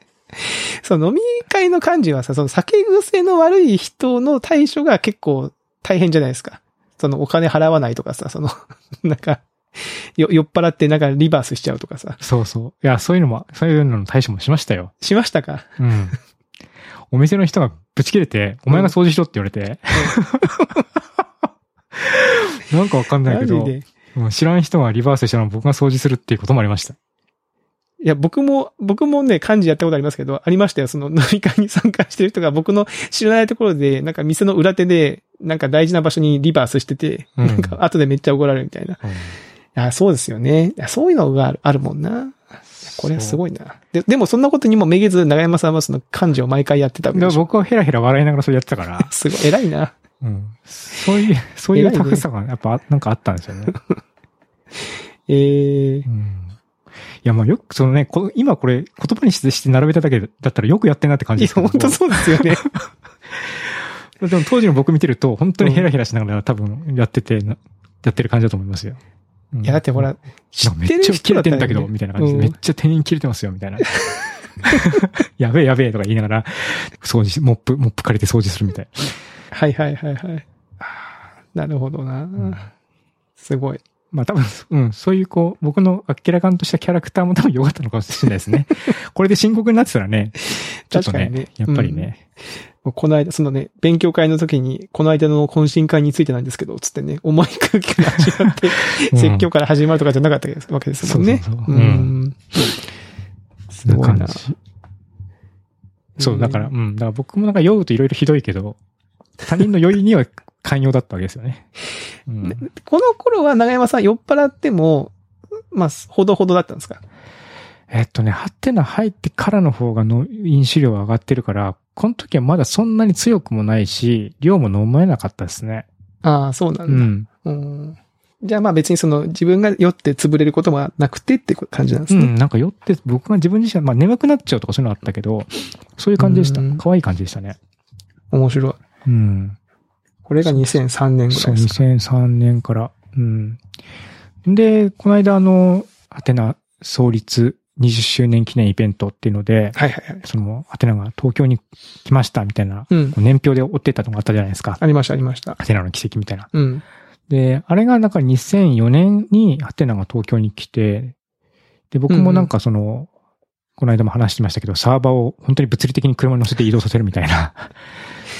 [SPEAKER 2] その飲み会の感じはさ、その酒癖の悪い人の対処が結構大変じゃないですか。そのお金払わないとかさ、その、 なんか、よ酔っ払ってなんかリバースしちゃうとかさ。
[SPEAKER 1] そうそう。いや、そういうのも、そういうのの対処もしましたよ。
[SPEAKER 2] しましたか
[SPEAKER 1] うん。お店の人がぶち切れて、お前が掃除しろって言われて。 なんかわかんないけど
[SPEAKER 2] マ、ジで。
[SPEAKER 1] うん知らん人がリバースしたのを僕が掃除するっていうこともありました。
[SPEAKER 2] いや、僕も、僕もね、漢字やったことありますけど、ありましたよ。その飲み会に参加してる人が僕の知らないところで、なんか店の裏手で、なんか大事な場所にリバースしてて、
[SPEAKER 1] うん
[SPEAKER 2] なんか後でめっちゃ怒られるみたいな。
[SPEAKER 1] うん
[SPEAKER 2] あそうですよね。いやそういうのがあるあるもんな。これはす
[SPEAKER 1] い
[SPEAKER 2] ごいな。ででもそんなことにもめげず、長山さんはその漢字を毎回やってたわけ
[SPEAKER 1] で
[SPEAKER 2] で
[SPEAKER 1] も
[SPEAKER 2] しょ。
[SPEAKER 1] 僕はヘラヘラ笑いながらそれやってたから、
[SPEAKER 2] すごい、偉いな。
[SPEAKER 1] うんそういう、そういう
[SPEAKER 2] 偉いね
[SPEAKER 1] タフさがやっぱなんかあったんですよね。
[SPEAKER 2] ええ
[SPEAKER 1] うんいや、まあよく、そのね、こ今これ、言葉にして並べただけだったらよくやってんなって感
[SPEAKER 2] い
[SPEAKER 1] じ
[SPEAKER 2] や、
[SPEAKER 1] ですけど
[SPEAKER 2] 本当そうですよね。
[SPEAKER 1] でも当時の僕見てると、本当にヘラヘラしながら多分やってて、なやってる感じだと思いますよ。うん
[SPEAKER 2] いや、だってほら、知
[SPEAKER 1] なん
[SPEAKER 2] っ
[SPEAKER 1] かめ
[SPEAKER 2] て
[SPEAKER 1] っ
[SPEAKER 2] る
[SPEAKER 1] ちゃ切
[SPEAKER 2] 人だ
[SPEAKER 1] れて
[SPEAKER 2] ったら
[SPEAKER 1] ん
[SPEAKER 2] ね
[SPEAKER 1] だけど、みたいな感じで、
[SPEAKER 2] うん
[SPEAKER 1] めっちゃ店員切れてますよ、みたいな。やべえやべえとか言いながら、掃除し、モップ、モップ借りて掃除するみたい。
[SPEAKER 2] はいはいはいはい。あーなるほどな、
[SPEAKER 1] ん
[SPEAKER 2] すごい。
[SPEAKER 1] まあ多分、うん、そういうこう、僕のあっけらかんとしたキャラクターも多分良かったのかもしれないです ね。これで深刻になってたらね、ちょっとね、
[SPEAKER 2] 確かにね
[SPEAKER 1] やっぱりね、
[SPEAKER 2] もうこの間、そのね、勉強会の時に、この間の懇親会についてなんですけど、つってね、重い空気が始まって、
[SPEAKER 1] うん
[SPEAKER 2] 説教から始まるとかじゃなかったわけですもんね。
[SPEAKER 1] そうそうそう
[SPEAKER 2] うん。すごい
[SPEAKER 1] な
[SPEAKER 2] な。
[SPEAKER 1] 感じそう、だから、う
[SPEAKER 2] うん
[SPEAKER 1] ん、だから僕もなんか酔うといろいろひどいけど、他人の酔いには寛容だったわけですよね。うん
[SPEAKER 2] ねこの頃は長山さん酔っ払っても、まあ、ほどほどだったんですか
[SPEAKER 1] えっとね、ハテナ入ってからの方がの飲酒量は上がってるから、この時はまだそんなに強くもないし、量も飲まれなかったですね。
[SPEAKER 2] ああ、そうな
[SPEAKER 1] うんん。
[SPEAKER 2] だ。うんじゃあまあ別にその自分が酔って潰れることはなくてって感じなんです
[SPEAKER 1] う
[SPEAKER 2] ね。
[SPEAKER 1] ん、なんか酔って、僕が自分自身は、まあ眠くなっちゃうとかそういうのあったけど、そういう感じでした
[SPEAKER 2] うん。
[SPEAKER 1] 可愛い感じでしたね。
[SPEAKER 2] 面白い。
[SPEAKER 1] うん。
[SPEAKER 2] これが2003年ぐら
[SPEAKER 1] そ、
[SPEAKER 2] いうですか。
[SPEAKER 1] 2003年から。うん。で、この間、あの、ハテナ創立20周年記念イベントっていうので、
[SPEAKER 2] はいはいはい。
[SPEAKER 1] その、ハテナが東京に来ましたみたいな、
[SPEAKER 2] うん。
[SPEAKER 1] 年表で追ってたのがあったじゃないですか。
[SPEAKER 2] ありましたありました。
[SPEAKER 1] ハテナの奇跡みたいな。
[SPEAKER 2] うん。
[SPEAKER 1] で、あれがなんか2004年にハテナが東京に来て、で、僕もなんかその、この間も話してましたけど、サーバーを本当に物理的に車に乗せて移動させるみたい な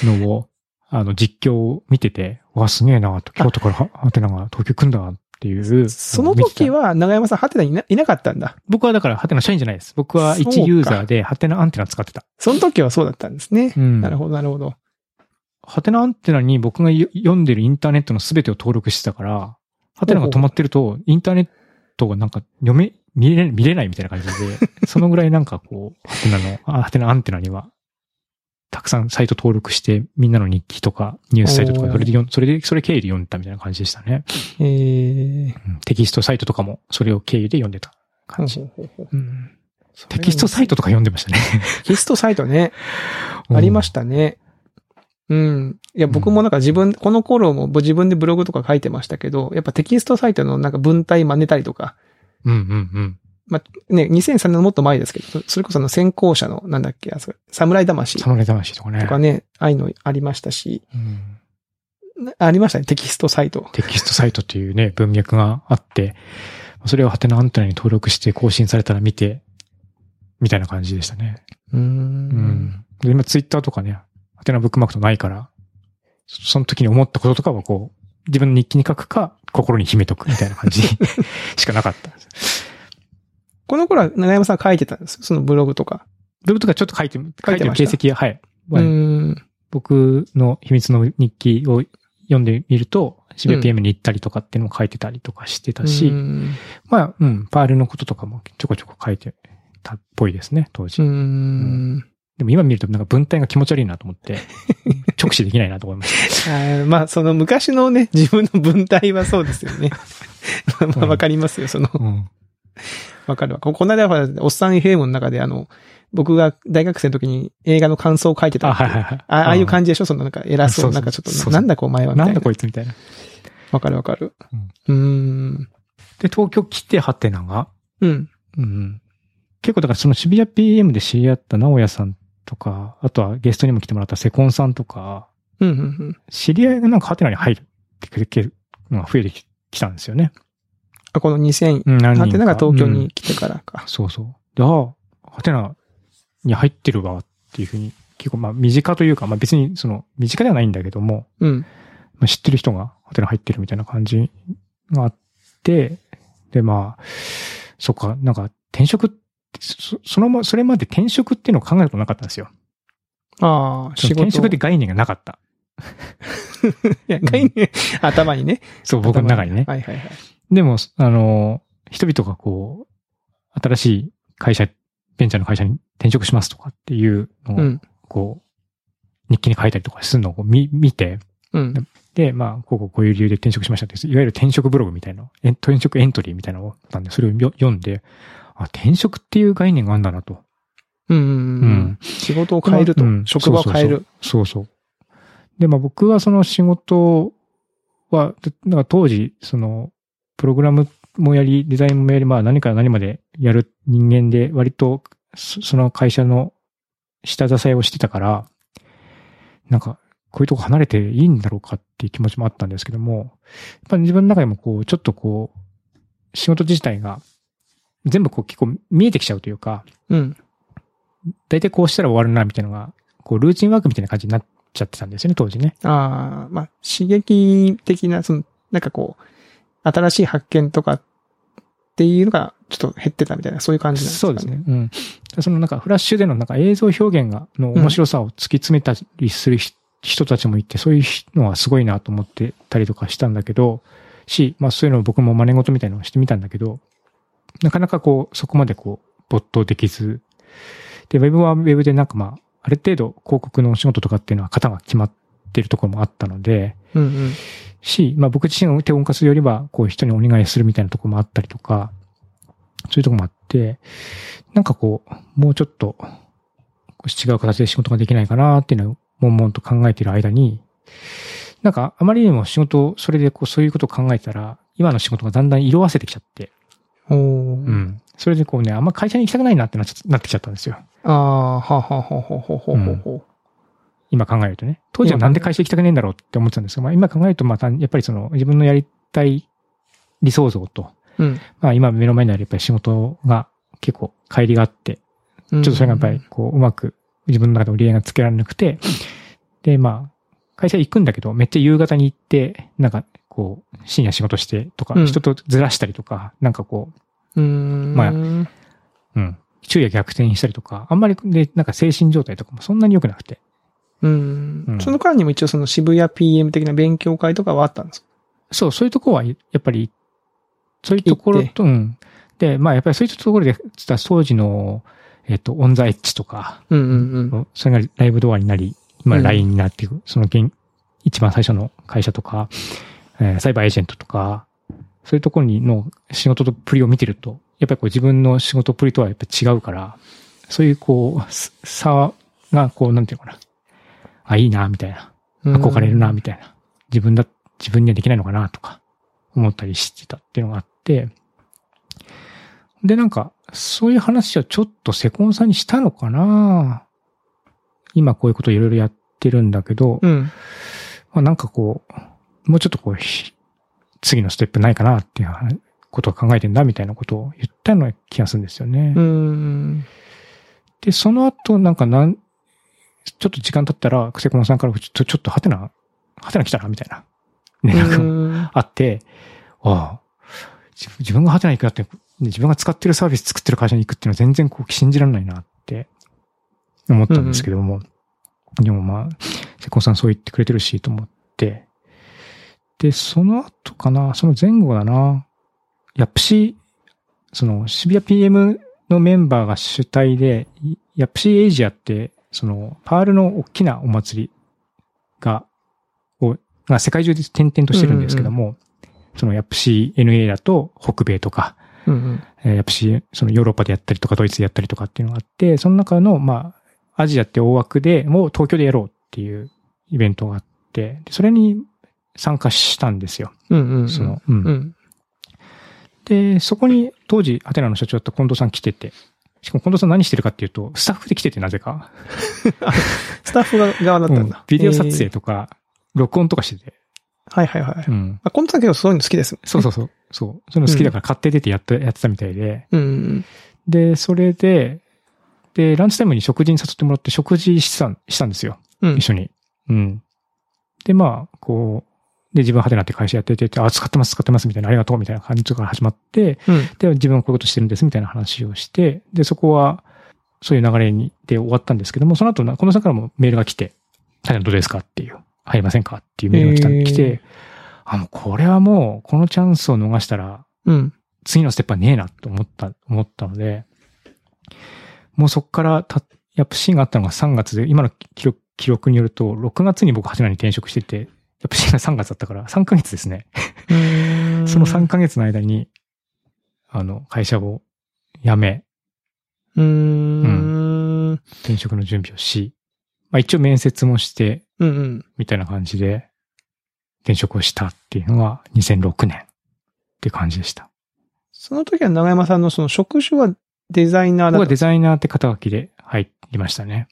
[SPEAKER 1] のを、あの、実況を見てて、わ、すげえなと、京都からはハテナが東京来んだっていう。
[SPEAKER 2] その時
[SPEAKER 1] 見てた
[SPEAKER 2] は長山さんハテナにいないなかったんだ。
[SPEAKER 1] 僕はだからハテナ社員じゃないです。僕は
[SPEAKER 2] そう
[SPEAKER 1] 一
[SPEAKER 2] か
[SPEAKER 1] ユーザーでハテナアンテナ使ってた。
[SPEAKER 2] その時はそうだったんですね。
[SPEAKER 1] うん
[SPEAKER 2] なるほどなるほど。
[SPEAKER 1] ハテナアンテナに僕がよ読んでるインターネットの全てを登録してたから、ハテナが止まってると、インターネットがなんか読め、見れ、見れないみたいな感じで、そのぐらいなんかこう、ハテナの、あハテナアンテナには、たくさんサイト登録して、みんなの日記とか、ニュースサイトと
[SPEAKER 2] お
[SPEAKER 1] か、
[SPEAKER 2] ー
[SPEAKER 1] それで読ん、それで、それ経由で読んでたみたいな感じでしたね。
[SPEAKER 2] えー、
[SPEAKER 1] うんテキストサイトとかも、それを経由で読んでた感じ。うんテキストサイトとか読んでましたね。
[SPEAKER 2] テキストサイトね。ありま
[SPEAKER 1] し
[SPEAKER 2] したね。うん。いや、僕もなんか自分、この頃も自分でブログとか書いてましたけど、やっぱテキストサイトのなんか文体真似たりとか、
[SPEAKER 1] た。うんうんうん。
[SPEAKER 2] ね、2003年のもっと前ですけど、そそれこそあの先行者の、なんだっけ、あそれ侍魂と
[SPEAKER 1] 侍魂とかね。
[SPEAKER 2] かね、ああいうのありましたし、
[SPEAKER 1] うん
[SPEAKER 2] なありましたね、テキストサイト。
[SPEAKER 1] テキストサイトというね、文脈があって、それをハテナアンテナに登録して更新されたら見て、みたいな感じでしたね。
[SPEAKER 2] うー。
[SPEAKER 1] うんん。で今ツイッターとかね、ハテナブックマークとないから、そその時に思ったこととかはこう、自分の日記に書くか、心に秘めとくみたいな感 じしかなかった。
[SPEAKER 2] この頃は長山さん書いてたんですよそのブログとか。
[SPEAKER 1] ブログとかちょっと書いて、書いてる形跡は、はい。
[SPEAKER 2] うーん。
[SPEAKER 1] 僕の秘密の日記を読んでみると、渋谷 PM に行ったりとかっていうのも書いてたりとかしてたし、
[SPEAKER 2] うん
[SPEAKER 1] まあ、うん、パールのこととかもちょこちょこ書いてたっぽいですね、当時。
[SPEAKER 2] うーん。
[SPEAKER 1] でも今見るとなんか文体が気持ち悪いなと思 って、直視できないなと思いまし
[SPEAKER 2] あーまあ、その昔のね、 自分の文体はそうですよね。 まあまあ、わかりますよ、その
[SPEAKER 1] た。。うん。
[SPEAKER 2] わかるわ。ここの間は、おっさん FM の中で、あの、僕が大学生の時に映画の感想を書いてた。
[SPEAKER 1] あ、はいはいはい。
[SPEAKER 2] あああいう感
[SPEAKER 1] じ。
[SPEAKER 2] じでしょそのなんか偉そう。
[SPEAKER 1] うん
[SPEAKER 2] なんかちょ
[SPEAKER 1] そう
[SPEAKER 2] っ
[SPEAKER 1] そ
[SPEAKER 2] と、
[SPEAKER 1] う
[SPEAKER 2] なんだこう前はみた
[SPEAKER 1] ないん
[SPEAKER 2] な。
[SPEAKER 1] だこいつみたいな。
[SPEAKER 2] わかるわかる。うーん。
[SPEAKER 1] で、東京来てハテナが、
[SPEAKER 2] うん。
[SPEAKER 1] うん。結構だからその渋谷 PM で知り合った直哉さんとか、あとはゲストにも来てもらったセコンさんとか、
[SPEAKER 2] うん。うんうん。
[SPEAKER 1] 知り合いがなんかハテナに入るってくれてるのが増えてききたんですよね。
[SPEAKER 2] あ、この2000、
[SPEAKER 1] うん、何人
[SPEAKER 2] ハテナが東京
[SPEAKER 1] うん
[SPEAKER 2] に来てからか。
[SPEAKER 1] そうそう。で、ああ、ハテナに入ってるわっていうふうに、結構まあ身近というか、まあ別にその身近ではないんだけども、
[SPEAKER 2] うん。
[SPEAKER 1] まあ、知ってる人がハテナ入ってるみたいな感じがあって、でまあ、そっか、なんか転職って、そそのま、それまで転職っていうのを考えたことなかったんですよ。
[SPEAKER 2] ああ、仕事。
[SPEAKER 1] 転職って概念がなかった。
[SPEAKER 2] いや概念、頭にね。
[SPEAKER 1] そう、僕の中にね。
[SPEAKER 2] はいはいはい。
[SPEAKER 1] でも、あの、人々がこう、新しい会社、ベンチャーの会社に転職しますとかっていうのを
[SPEAKER 2] うん。
[SPEAKER 1] こう、日記に書いたりとかするのをこう見見て、
[SPEAKER 2] うん。
[SPEAKER 1] で、まあ、こうこういう理由で転職しましたって、いわゆる転職ブログみたいな、え転職エントリーみたいなのがあったんで、それをよ読んで、あ、転職っていう概念があるんだなと。
[SPEAKER 2] うんうんう
[SPEAKER 1] うんん。
[SPEAKER 2] 仕事を変えると
[SPEAKER 1] う。ん
[SPEAKER 2] 職場を変える。。
[SPEAKER 1] そうそうそうそうそうで、まあ僕はその仕事は、でなんか当時、その、プログラムもやり、デザインもやり、まあ何から何までやる人間で、割とそその会社の下支えをしてたから、なんか、こういうとこ離れていいんだろうかっていう気持ちもあったんですけども、やっぱり自分の中でもこう、ちょっとこう、仕事自体が、全部こう結構見えてきちゃうというか、
[SPEAKER 2] うん。
[SPEAKER 1] 大体こうしたら終わるな、みたいなのが、こう、ルーチンワークみたいな感じになっちゃってたんですよね、当時ね。
[SPEAKER 2] ああ、まあ、刺激的な、その、なんかこう、新しい発見とかっていうのがちょっと減ってたみたいな、そういう感じなんですか
[SPEAKER 1] そうですね。うん。そのなんか、フラッシュでのなんか映像表現が、の面白さを突き詰めたりするひ人たちもいて、そういうのはすごいなと思ってたりとかしたんだけど、し、まあそういうのを僕も真似事みたいなのをしてみたんだけど、なかなかこう、そこまでこう、没頭できず、で、ウェブはウェブでなんかまあ、ある程度広告のお仕事とかっていうのは型が決まってるところもあったので、
[SPEAKER 2] うんうん。
[SPEAKER 1] し、まあ僕自身を手を動かすよりは、こう人にお願いするみたいなところもあったりとか、そういうところもあって、なんかこう、もうちょっと、こう違う形で仕事ができないかなっていうのを、悶々と考えている間に、なんかあまりにも仕事を、それでこうそういうことを考えてたら、今の仕事がだんだん色あせてきちゃって、
[SPEAKER 2] お
[SPEAKER 1] う
[SPEAKER 2] ー。
[SPEAKER 1] ん。それでこうね、あんま会社に行きたくないなってなっちゃなってきちゃったんですよ。
[SPEAKER 2] ああ、はあはあはあはあはあはあは
[SPEAKER 1] 今考えるとね。当時はなんで会社行きたくねえんだろうって思ってたんですが、まあ今考えるとまた、やっぱりその自分のやりたい理想像と、
[SPEAKER 2] あうん。
[SPEAKER 1] まあ今目の前にあるやっぱり仕事が結構乖離があって、ち
[SPEAKER 2] ちょ
[SPEAKER 1] ょっとそれがやっぱりこううまく自分の中で折り合いがつけられなくて、でまあ会社行くんだけどめっちゃ夕方に行って、なんかこう深夜仕事してと
[SPEAKER 2] う
[SPEAKER 1] か、
[SPEAKER 2] ん
[SPEAKER 1] 人とずらしたりとか、なんかこ
[SPEAKER 2] うん。
[SPEAKER 1] まあ
[SPEAKER 2] うん
[SPEAKER 1] う、うん、昼夜逆転したりとか、あんまりでなんか精神状態とかもそんなに良くなくて、
[SPEAKER 2] うん
[SPEAKER 1] うん
[SPEAKER 2] その間にも一応その渋谷 PM 的な勉強会とかはあったんですか
[SPEAKER 1] そう、そういうとこはやっぱり、そういうところ
[SPEAKER 2] 行っ
[SPEAKER 1] と、うん。で、まあやっぱりそういうところで、実は当時の、えっと、オンザエッジとか、
[SPEAKER 2] うんうん
[SPEAKER 1] それがライブドアになり、今
[SPEAKER 2] うん
[SPEAKER 1] LINE になっていく、その現一番最初の会社とか、えーサイバーエージェントとか、そういうところにの仕事とプリを見てると、やっぱりこう自分の仕事プリとはやっぱ違うから、そういうこう、す差がこう、なんていうのかな。あ、いいな、みたいな。
[SPEAKER 2] うん。
[SPEAKER 1] 憧れるな、みたいな。自分だ、自分にはできないのかな、とか、思ったりしてたっていうのがあって、で、なんか、そういう話をちょっとセコンさんにしたのかな今こういうこといろいろやってるんだけど、
[SPEAKER 2] うん。
[SPEAKER 1] まあ、なんかこう、もうちょっとこう、ひ次のステップないかなっていう話ことを考えてんだみたいなことを言ったような気がするんですよね。
[SPEAKER 2] うん。
[SPEAKER 1] で、その後、なんかなん、ちょっと時間経ったら、クセコンさんから、ちょっと、ちょっと、ハテナ、ハテナ来たなみたいな。ね、なんか、
[SPEAKER 2] か、
[SPEAKER 1] あって、ああ、自分自分がハテナ行くなって、自分が使ってるサービス作ってる会社に行くっていうのは全然こう信じられないなって思ったんですけども、でもまあ、瀬古さんそう言ってくれてるしと思って、で、その後かな、その前後だな、ヤプシ、その渋谷 PM のメンバーが主体で、いヤプシエイジアって、そのパールの大きなお祭りが、をが世界中で転々としてるんですけども、そのヤプシ NA だと北米とか、
[SPEAKER 2] うんうん。
[SPEAKER 1] えーやっぱし、そのヨーロッパでやったりとか、ドイツでやったりとかっていうのがあって、その中の、まあ、アジアって大枠でもう東京でやろうっていうイベントがあって、でそれに参加したんですよ。
[SPEAKER 2] うんうんうん。
[SPEAKER 1] その、うん
[SPEAKER 2] うん。
[SPEAKER 1] で、そこに当時、アテナの社長だった近藤さん来てて、しかも近藤さん何してるかっていうと、スタッフで来ててなぜか。
[SPEAKER 2] スタッフが側だったん
[SPEAKER 1] うん
[SPEAKER 2] だ。
[SPEAKER 1] ビデオ撮
[SPEAKER 2] え
[SPEAKER 1] 影
[SPEAKER 2] ー。
[SPEAKER 1] とか、録音とかしてて。
[SPEAKER 2] はいはいはい。
[SPEAKER 1] うん。
[SPEAKER 2] あ、コントだけどそういうの好きです。
[SPEAKER 1] そうそうそう。そう。そういうの好きだから買って出てやって、やってたみたいで。
[SPEAKER 2] うんうん
[SPEAKER 1] で、それで、で、ランチタイムに食事に誘ってもらって食事してたんしたんですよ。
[SPEAKER 2] うん。うん
[SPEAKER 1] 一。緒に。うん。で、まあ、こう、で、自分ハテナって会社やってて、あ、使ってます、使ってます、みたいな、ありがとう、みたいな感じから始まって、
[SPEAKER 2] うん。
[SPEAKER 1] で、自分はこういうことしてるんです、みたいな話をして、で、そこは、そういう流れに、で終わったんですけども、その後な、このさんからもメールが来て、ハテナどうですかっていう、入りませんかっていうメールが来た、
[SPEAKER 2] へー
[SPEAKER 1] 来て、あ、もうこれはもう、このチャンスを逃したら、
[SPEAKER 2] うん。
[SPEAKER 1] 次のステップはねえなと思った、思ったので、もうそこからた、やっぱシーンがあったのが3月で、今の記録記録によると、6月に僕、ハテナに転職してて、やっぱ4月3月だったから、3ヶ月ですね。
[SPEAKER 2] うん
[SPEAKER 1] その3ヶ月の間に、あの、会社を辞め、
[SPEAKER 2] うーん。
[SPEAKER 1] 転職の準備をし、まあ一応面接もして、
[SPEAKER 2] うんうん。
[SPEAKER 1] みたいな感じで、転職をしたっていうのが2006年っていう感じでした。
[SPEAKER 2] その時は長山さんのその職種はデザイナー
[SPEAKER 1] 僕
[SPEAKER 2] だ
[SPEAKER 1] は
[SPEAKER 2] った。
[SPEAKER 1] デザイナーって肩書きで入りましたね。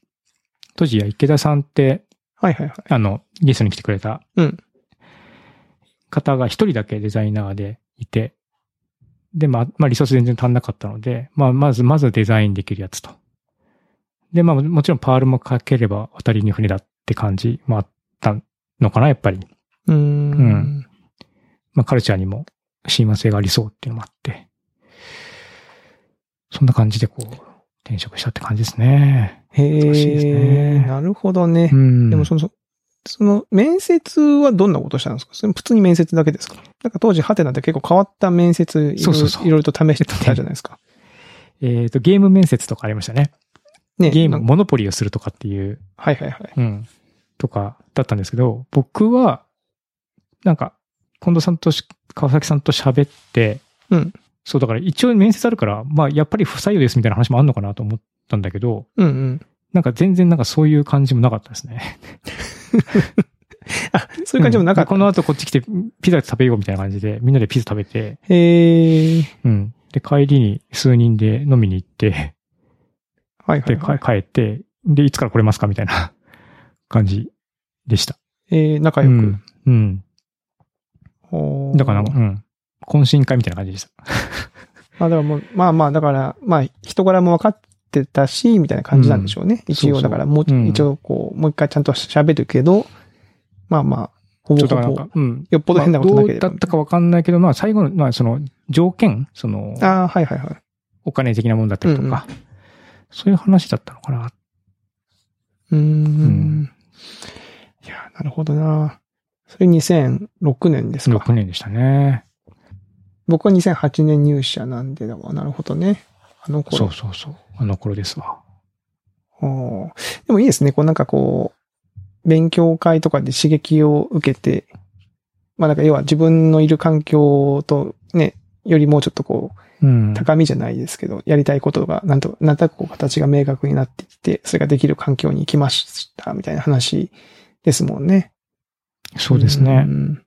[SPEAKER 1] 当時、池田さんって、
[SPEAKER 2] はいはいはい。
[SPEAKER 1] あの、ゲストに来てくれた
[SPEAKER 2] うん
[SPEAKER 1] 方が一人だけデザイナーでいて、で、まあ、まあ、リソース全然足んなかったので、まあ、まず、まずデザインできるやつと。で、まあ、もちろんパールもかければ渡りに船だって感じもあったのかな、やっぱり。
[SPEAKER 2] うー。
[SPEAKER 1] うんまあ、カルチャーにも親和性がありそうっていうのもあって、そんな感じでこう、転職したって感じですね。
[SPEAKER 2] へ
[SPEAKER 1] 難しいです
[SPEAKER 2] え、
[SPEAKER 1] ね
[SPEAKER 2] なるほどね
[SPEAKER 1] う。ん。
[SPEAKER 2] でもその、そその面接はどんなことしたんですかそれ普通に面接だけですかなんか当時ハテナって結構変わった面接い
[SPEAKER 1] そう
[SPEAKER 2] ろい
[SPEAKER 1] そ
[SPEAKER 2] ろ
[SPEAKER 1] うそう
[SPEAKER 2] いろいろと試してたじゃないですか。
[SPEAKER 1] えっ、と、ゲーム面接とかありましたね。
[SPEAKER 2] ね
[SPEAKER 1] ゲーム、
[SPEAKER 2] なんか
[SPEAKER 1] モノポリをするとかっていう、
[SPEAKER 2] はいはいはい。
[SPEAKER 1] うん、とかだったんですけど、僕は、なんか、近藤さんとし川崎さんと喋って、
[SPEAKER 2] うん
[SPEAKER 1] そう、だから一応面接あるから、まあ、やっぱり不採用ですみたいな話もあるのかなと思ったんだけど、
[SPEAKER 2] うんうん。
[SPEAKER 1] なんか全然なんかそういう感じもなかったですね。
[SPEAKER 2] あ、そういう感じもなかっ
[SPEAKER 1] う
[SPEAKER 2] た。
[SPEAKER 1] んこの後こっち来てピザ食べようみたいな感じで、みんなでピザ食べて、
[SPEAKER 2] へえ。
[SPEAKER 1] うん。で、帰りに数人で飲みに行って、
[SPEAKER 2] はいはい
[SPEAKER 1] で、
[SPEAKER 2] は
[SPEAKER 1] か
[SPEAKER 2] い。
[SPEAKER 1] 帰って、で、いつから来れますかみたいな感じでした。
[SPEAKER 2] えー、仲
[SPEAKER 1] う
[SPEAKER 2] 良
[SPEAKER 1] ん。うん。
[SPEAKER 2] く。おー
[SPEAKER 1] だから、うん。懇親会みたいな感じでした。
[SPEAKER 2] まあだからもう、まあまあ、だから、まあ、人柄も分かってたし、みたいな感じなんでしょうね。
[SPEAKER 1] ん
[SPEAKER 2] 一
[SPEAKER 1] そうそ
[SPEAKER 2] 応、
[SPEAKER 1] う
[SPEAKER 2] だから、もう、
[SPEAKER 1] うん
[SPEAKER 2] 一応、こう、もう一回ちゃんと喋るけど、まあまあ、ほぼ
[SPEAKER 1] ちょっと
[SPEAKER 2] ほ
[SPEAKER 1] なん
[SPEAKER 2] ぼ
[SPEAKER 1] か、、うん。
[SPEAKER 2] よっぽど変なこと
[SPEAKER 1] まあ
[SPEAKER 2] な
[SPEAKER 1] ど
[SPEAKER 2] け
[SPEAKER 1] う
[SPEAKER 2] れ
[SPEAKER 1] だ
[SPEAKER 2] ば。
[SPEAKER 1] ったかわかんないけど、まあ最後の、まあその条件、その、
[SPEAKER 2] ああ、はいはいはい。
[SPEAKER 1] お金的なものだったりとか、そういう話だったのかな。
[SPEAKER 2] うーん
[SPEAKER 1] ん。
[SPEAKER 2] いや、なるほどな。それ2006年ですか。
[SPEAKER 1] 6年でしたね。
[SPEAKER 2] 僕は2008年入社なんで、だからなるほどね。あの頃。
[SPEAKER 1] そうそうそう。あの頃ですわ。
[SPEAKER 2] おーでもいいですね。こうなんかこう、勉強会とかで刺激を受けて、まあなんか要は自分のいる環境とね、よりもうちょっとこ
[SPEAKER 1] う
[SPEAKER 2] う、
[SPEAKER 1] ん。
[SPEAKER 2] 高みじゃないですけど、やりたいことが、なんと、なんとなくこう形が明確になってきて、それができる環境に行きました、みたいな話ですもんね。
[SPEAKER 1] そうですね
[SPEAKER 2] う。ん。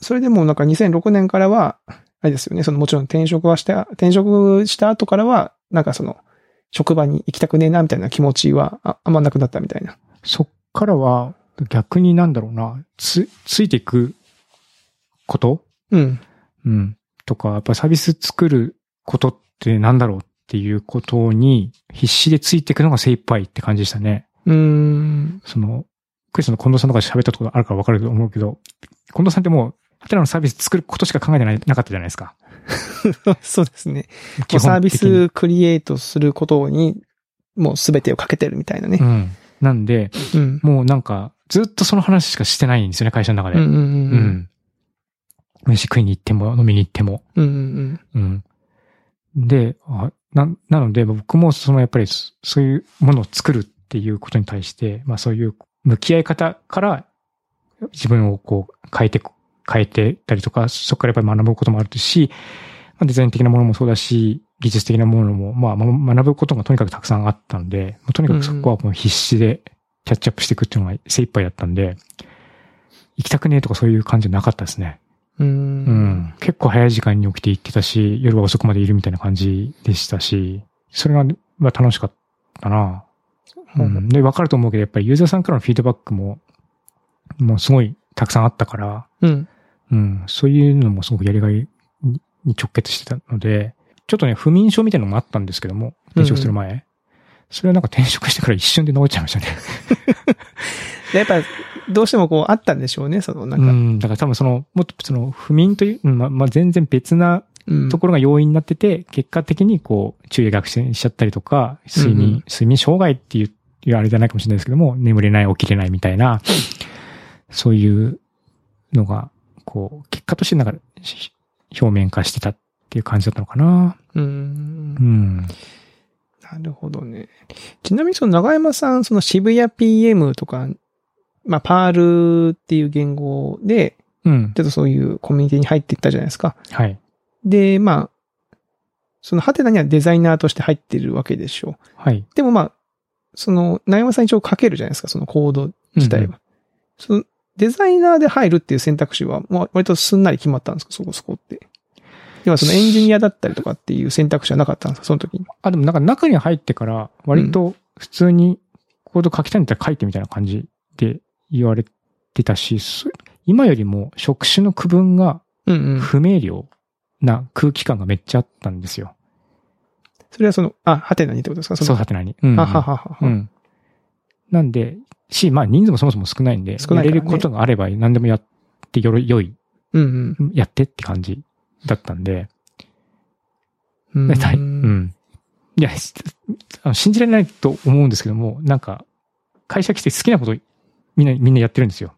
[SPEAKER 2] それでもうなんか2006年からは、あれですよね、そのもちろん転職はした、転職した後からは、なんかその、職場に行きたくねえな、みたいな気持ちはああんまなくなったみたいな。
[SPEAKER 1] そっからは、逆になんだろうな、つ、ついていくこと
[SPEAKER 2] うん。
[SPEAKER 1] うん。とか、やっぱサービス作ることってなんだろうっていうことに必死でついていくのが精一杯って感じでしたね。
[SPEAKER 2] うーん。
[SPEAKER 1] その、クリスの近藤さんとかで喋ったことあるからわかると思うけど、近藤さんってもう、ハテナのサービス作ることしか考えてないなかったじゃないですか。
[SPEAKER 2] そうですね。
[SPEAKER 1] 基本的に
[SPEAKER 2] サービスクリエイトすることに、もうすべてをかけてるみたいなね
[SPEAKER 1] う。ん。なんで、
[SPEAKER 2] うん。
[SPEAKER 1] もうなんか、ずっとその話しかしてないんですよね、会社の中
[SPEAKER 2] う
[SPEAKER 1] で。
[SPEAKER 2] んうんうん
[SPEAKER 1] う。ん飯食いに行っても、飲みに行っても。
[SPEAKER 2] うんうん
[SPEAKER 1] うん。で、あな、なので僕もそのやっぱりそそういうものを作るっていうことに対して、まあそういう向き合い方から自分をこう変えてこ、変えてたりとか、そこからやっぱり学ぶこともあるし、まあデザイン的なものもそうだし、技術的なものも、まあま学ぶことがとにかくたくさんあったんで、もうとにかくそこはもう必死でキャッチアップしていくっていうのが精一杯だったんで、行きたくねえとかそういう感じはなかったですね。
[SPEAKER 2] うん。う。
[SPEAKER 1] うんん。結構早い時間に起きて行ってたし、夜は遅くまでいるみたいな感じでしたし、それが、まあ、楽しかったな。う
[SPEAKER 2] うん
[SPEAKER 1] ん。で、わかると思うけど、やっぱりユーザーさんからのフィードバックも、もうすごいたくさんあったから、
[SPEAKER 2] うん。
[SPEAKER 1] うん。そういうのもすごくやりがいにに直結してたので、ちょっとね、不眠症みたいなのもあったんですけども、転職する前。それはなんか転職してから一瞬で治っちゃいましたね。
[SPEAKER 2] でやっぱ、どうしてもこう、あったんでしょうね、その、な
[SPEAKER 1] うん
[SPEAKER 2] か。
[SPEAKER 1] ん。だから多分その、もっとその、不眠という、うんまあ、まあ、全然別な
[SPEAKER 2] うん
[SPEAKER 1] ところが要因になってて、結果的にこう、昼夜逆転しちゃったりとか、睡眠、
[SPEAKER 2] うんうん
[SPEAKER 1] 睡眠障害っていう、いうあれじゃないかもしれないですけども、眠れない、起きれないみたいな、そういうのが、こう、結果としてなんか、し表面化してたっていう感じだったのかな。
[SPEAKER 2] う
[SPEAKER 1] う。
[SPEAKER 2] ん
[SPEAKER 1] ん。
[SPEAKER 2] なるほどね。ちなみにその長山さん、その渋谷 PM とかまあ、パールっていう言語で、
[SPEAKER 1] うん。
[SPEAKER 2] ちょっとそういうコミュニティに入っていったじゃないですか。
[SPEAKER 1] はい。
[SPEAKER 2] で、まあ、そのハテナにはデザイナーとして入ってるわけでしょ
[SPEAKER 1] はい。
[SPEAKER 2] う。でもまあ、その、内山さん一応書けるじゃないですか、そのコード自体
[SPEAKER 1] うん
[SPEAKER 2] は。その、デザイナーで入るっていう選択肢は、まあ、割とすんなり決まったんですか、そこそこって。要はそのエンジニアだったりとかっていう選択肢はなかったんですか、その時に。
[SPEAKER 1] あ、でもなんか中に入ってから、割と普通にコード書きたいんだったら書いてみたいな感じで言われてたし、そ今よりも職種の区分が
[SPEAKER 2] うんうん。
[SPEAKER 1] 不明瞭な空気感がめっちゃあったんですよ。
[SPEAKER 2] それはその、あ、ハテナにってことですか
[SPEAKER 1] そう
[SPEAKER 2] の、
[SPEAKER 1] はてなに。うんうん
[SPEAKER 2] はははは
[SPEAKER 1] う。ん。なんで、し、まあ人数もそもそも少ないんで、
[SPEAKER 2] 少ないからね
[SPEAKER 1] やれることがあれば何でもやってよろ、よい、
[SPEAKER 2] うん
[SPEAKER 1] やってって感じだったんで、
[SPEAKER 2] うん。うん
[SPEAKER 1] で大うん。いや、しあの信じられないと思うんですけども、なんか、会社来て好きなことみんな、みんなやってるんです よ。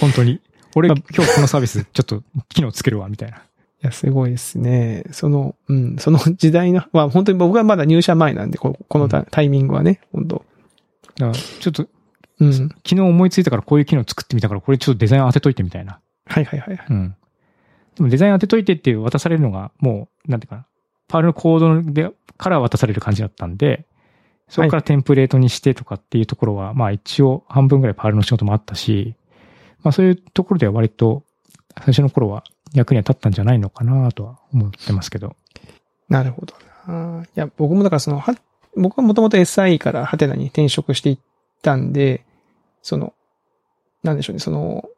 [SPEAKER 1] 本当に。俺、
[SPEAKER 2] ま
[SPEAKER 1] 今
[SPEAKER 2] あ
[SPEAKER 1] 日このサービス、ちょっと機能つけるわ、みたいな。
[SPEAKER 2] いや、すごいですね。その、うん、その時代の、 まあ本当に僕はまだ入社前なんで、ここのタ,、タイミングはね、本当
[SPEAKER 1] だから、ちょっと、
[SPEAKER 2] うん。
[SPEAKER 1] 昨日思いついたからこういう機能作ってみたから、これちょっとデザイン当てといてみたいな。
[SPEAKER 2] はいはいはい。
[SPEAKER 1] うん。でもデザイン当てといてって渡されるのが、もう、なんていうかな、パールのコードでから渡される感じだったんで、そこからテンプレートにしてとかっていうところは、まあ一応半分ぐらいパールの仕事もあったし、まあそういうところでは割と最初の頃は役には立ったんじゃないのかなとは思ってますけど。
[SPEAKER 2] なるほどな。いや、僕もだからその、は、僕はもともと SI からハテナに転職していったんで、その、なんでしょうね、その、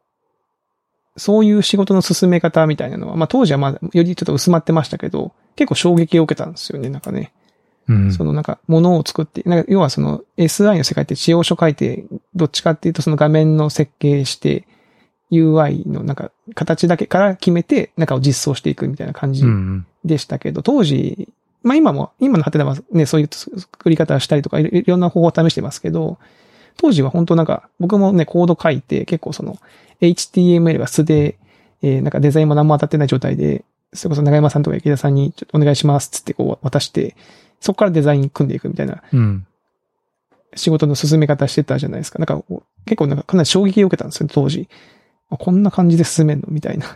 [SPEAKER 2] そういう仕事の進め方みたいなのは、まあ当時はまだよりちょっと薄まってましたけど、結構衝撃を受けたんですよね、なんかね。
[SPEAKER 1] うん。
[SPEAKER 2] そのなんか、ものを作って、なんか要はその SI の世界って仕様書書いて、どっちかっていうとその画面の設計して、UI のなんか、形だけから決めて、中を実装していくみたいな感じ
[SPEAKER 1] うんうん。
[SPEAKER 2] でしたけど、当時、まあ今も、今のハテナはね、そういう作り方をしたりとか、いろいろんな方法を試してますけど、当時は本当なんか、僕もね、コード書いて、結構その、HTML が素で、えーなんかデザインも何も当たってない状態で、それこそ長山さんとか池田さんに、ちょっとお願いしますっつってこう渡して、そこからデザイン組んでいくみたいな
[SPEAKER 1] うん。
[SPEAKER 2] 仕事の進め方してたじゃないですか。なんかこう、結構なんかかなり衝撃を受けたんですよ、当時。あこんな感じで進めんのみたいな。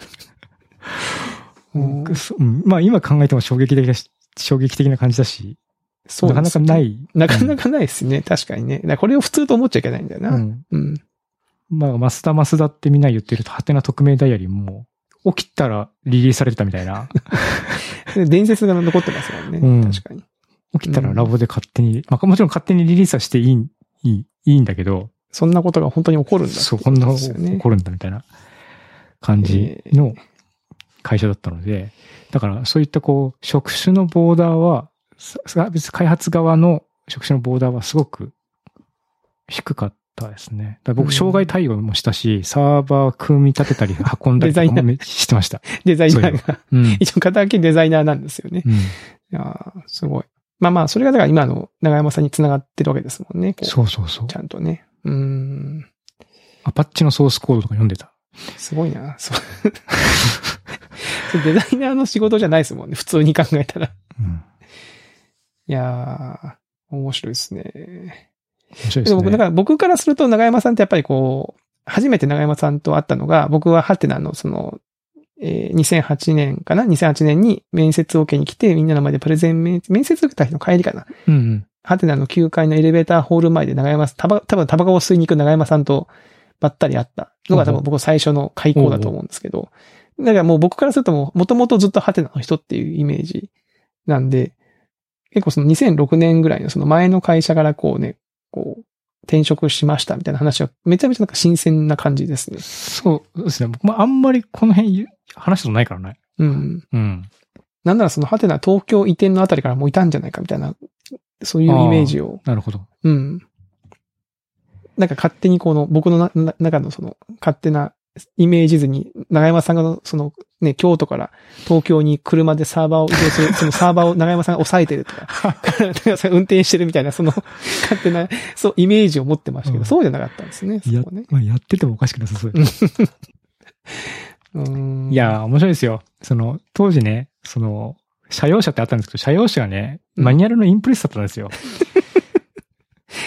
[SPEAKER 2] うん
[SPEAKER 1] くそうんまあ今考えても衝撃的だし、衝撃的な感じだし、
[SPEAKER 2] そう
[SPEAKER 1] なか
[SPEAKER 2] で
[SPEAKER 1] な
[SPEAKER 2] す
[SPEAKER 1] か
[SPEAKER 2] よね
[SPEAKER 1] ない。
[SPEAKER 2] なかなかないですね。確かにね。だからこれを普通と思っちゃいけないんだよ
[SPEAKER 1] う
[SPEAKER 2] な。
[SPEAKER 1] ん。う
[SPEAKER 2] う。
[SPEAKER 1] んんまあ、マスダマスダってみんな言ってると、ハテナ匿名ダイアリーも、起きたらリリースされてたみたいな。
[SPEAKER 2] で伝説が残ってますもんね。
[SPEAKER 1] うん
[SPEAKER 2] 確かに。
[SPEAKER 1] 起きたらラボで勝手に、まあ、もちろん勝手にリリースはしていい、いい、いいんだけど、
[SPEAKER 2] そんなことが本当に起こるんだってい
[SPEAKER 1] そう、こんな
[SPEAKER 2] こ
[SPEAKER 1] ことと
[SPEAKER 2] ですよ
[SPEAKER 1] 起
[SPEAKER 2] ね。
[SPEAKER 1] こるんだみたいな感じの会社だったので、だからそういったこう、職種のボーダーは、ササービス開発側の職種のボーダーはすごく低かったですね。だから
[SPEAKER 2] うん
[SPEAKER 1] 僕、障害対応もしたし、サーバー組み立てたり運んだりとかもめしてました。
[SPEAKER 2] デザイナーが。
[SPEAKER 1] うん。
[SPEAKER 2] 一応肩書きデザイナーなんですよね。
[SPEAKER 1] うん
[SPEAKER 2] いやーすごい。まあまあ、それがだから今の長山さんに繋がってるわけですもんね。こう
[SPEAKER 1] そうそうそう
[SPEAKER 2] ち。ゃんとね。うーん。
[SPEAKER 1] アパッチのソースコードとか読んでた。
[SPEAKER 2] すごいな。そう そうデザイナーの仕事じゃないですもんね。普通に考えたら。
[SPEAKER 1] うん。
[SPEAKER 2] いやー、面白いですね。
[SPEAKER 1] 面白いで
[SPEAKER 2] ですも
[SPEAKER 1] ね。
[SPEAKER 2] 僕、だから僕からすると長山さんってやっぱりこう、初めて長山さんと会ったのが、僕はハテナのその、えー2008年かな ?2008 年に面接を受けに来て、みんなの前でプレゼン面、面接受けた日の帰りかな
[SPEAKER 1] うんうん。
[SPEAKER 2] ハテナの9階のエレベーターホール前で長山さん、たば、多分タバコを吸いに行く長山さんとばったり会ったのが
[SPEAKER 1] ほ
[SPEAKER 2] 多
[SPEAKER 1] うほ
[SPEAKER 2] 分
[SPEAKER 1] う
[SPEAKER 2] 僕最初の開口だと思うんですけど、だからもう僕からするともう、もともとずっとハテナの人っていうイメージなんで、結構その2006年ぐらいのその前の会社からこうね、こう、転職しましたみたいな話はめちゃめちゃなんか新鮮な感じですね。
[SPEAKER 1] そうですね。僕もあんまりこの辺言う話したことないからね。
[SPEAKER 2] うん。
[SPEAKER 1] うん。
[SPEAKER 2] なんならそのハテナ東京移転のあたりからもういたんじゃないかみたいな、そういうイメージを
[SPEAKER 1] なるほど。
[SPEAKER 2] うん。なんか勝手にこの、僕のなな中のその、勝手なイメージ図に、長山さんがその、ね、京都から東京に車でサーバーを移動する、そのサーバーを長山さんが抑えてるとか、 長山さんが運転してるみたいな、その、勝手な、そう、イメージを持ってましたけど、
[SPEAKER 1] うん
[SPEAKER 2] そうじゃなかったんですね、そこね。
[SPEAKER 1] まあ、やっててもおかしくなさそう。
[SPEAKER 2] うーん
[SPEAKER 1] い、やー、面白いですよ。その、当時ね、その、社用車ってあったんですけど、社用車がね、
[SPEAKER 2] う ん
[SPEAKER 1] マニュアルのインプレスだったんですよ。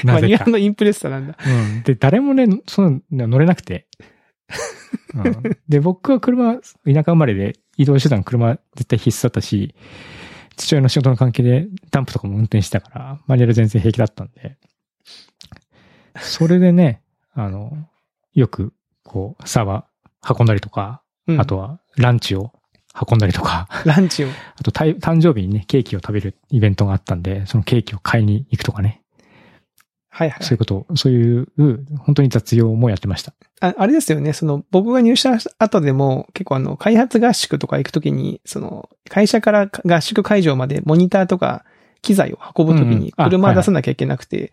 [SPEAKER 2] まあ、
[SPEAKER 1] なぜ
[SPEAKER 2] ニ
[SPEAKER 1] か
[SPEAKER 2] ア。のインプレッサなんだ。
[SPEAKER 1] うん。で、誰もね、その、乗れなくて。うん、で、僕は車、田舎生まれで、移動手段車絶対必須だったし、父親の仕事の関係でダンプとかも運転してたから、マニュアル全然平気だったんで。それでね、あの、よく、こう、サーバー運んだりとか、
[SPEAKER 2] うん
[SPEAKER 1] あとはランチを運んだりとか、
[SPEAKER 2] ランチを。
[SPEAKER 1] あと、たい誕生日にね、ケーキを食べるイベントがあったんで、そのケーキを買いに行くとかね。
[SPEAKER 2] はいはい
[SPEAKER 1] そういう。こと、そういう、本当に雑用もやってました。
[SPEAKER 2] ああれですよね、その、僕が入社した後でも、結構あの、開発合宿とか行くときに、その、会社から合宿会場までモニターとか機材を運ぶとき
[SPEAKER 1] うんうん
[SPEAKER 2] に、
[SPEAKER 1] あ
[SPEAKER 2] 車
[SPEAKER 1] はいはい
[SPEAKER 2] を出さなきゃいけなくて、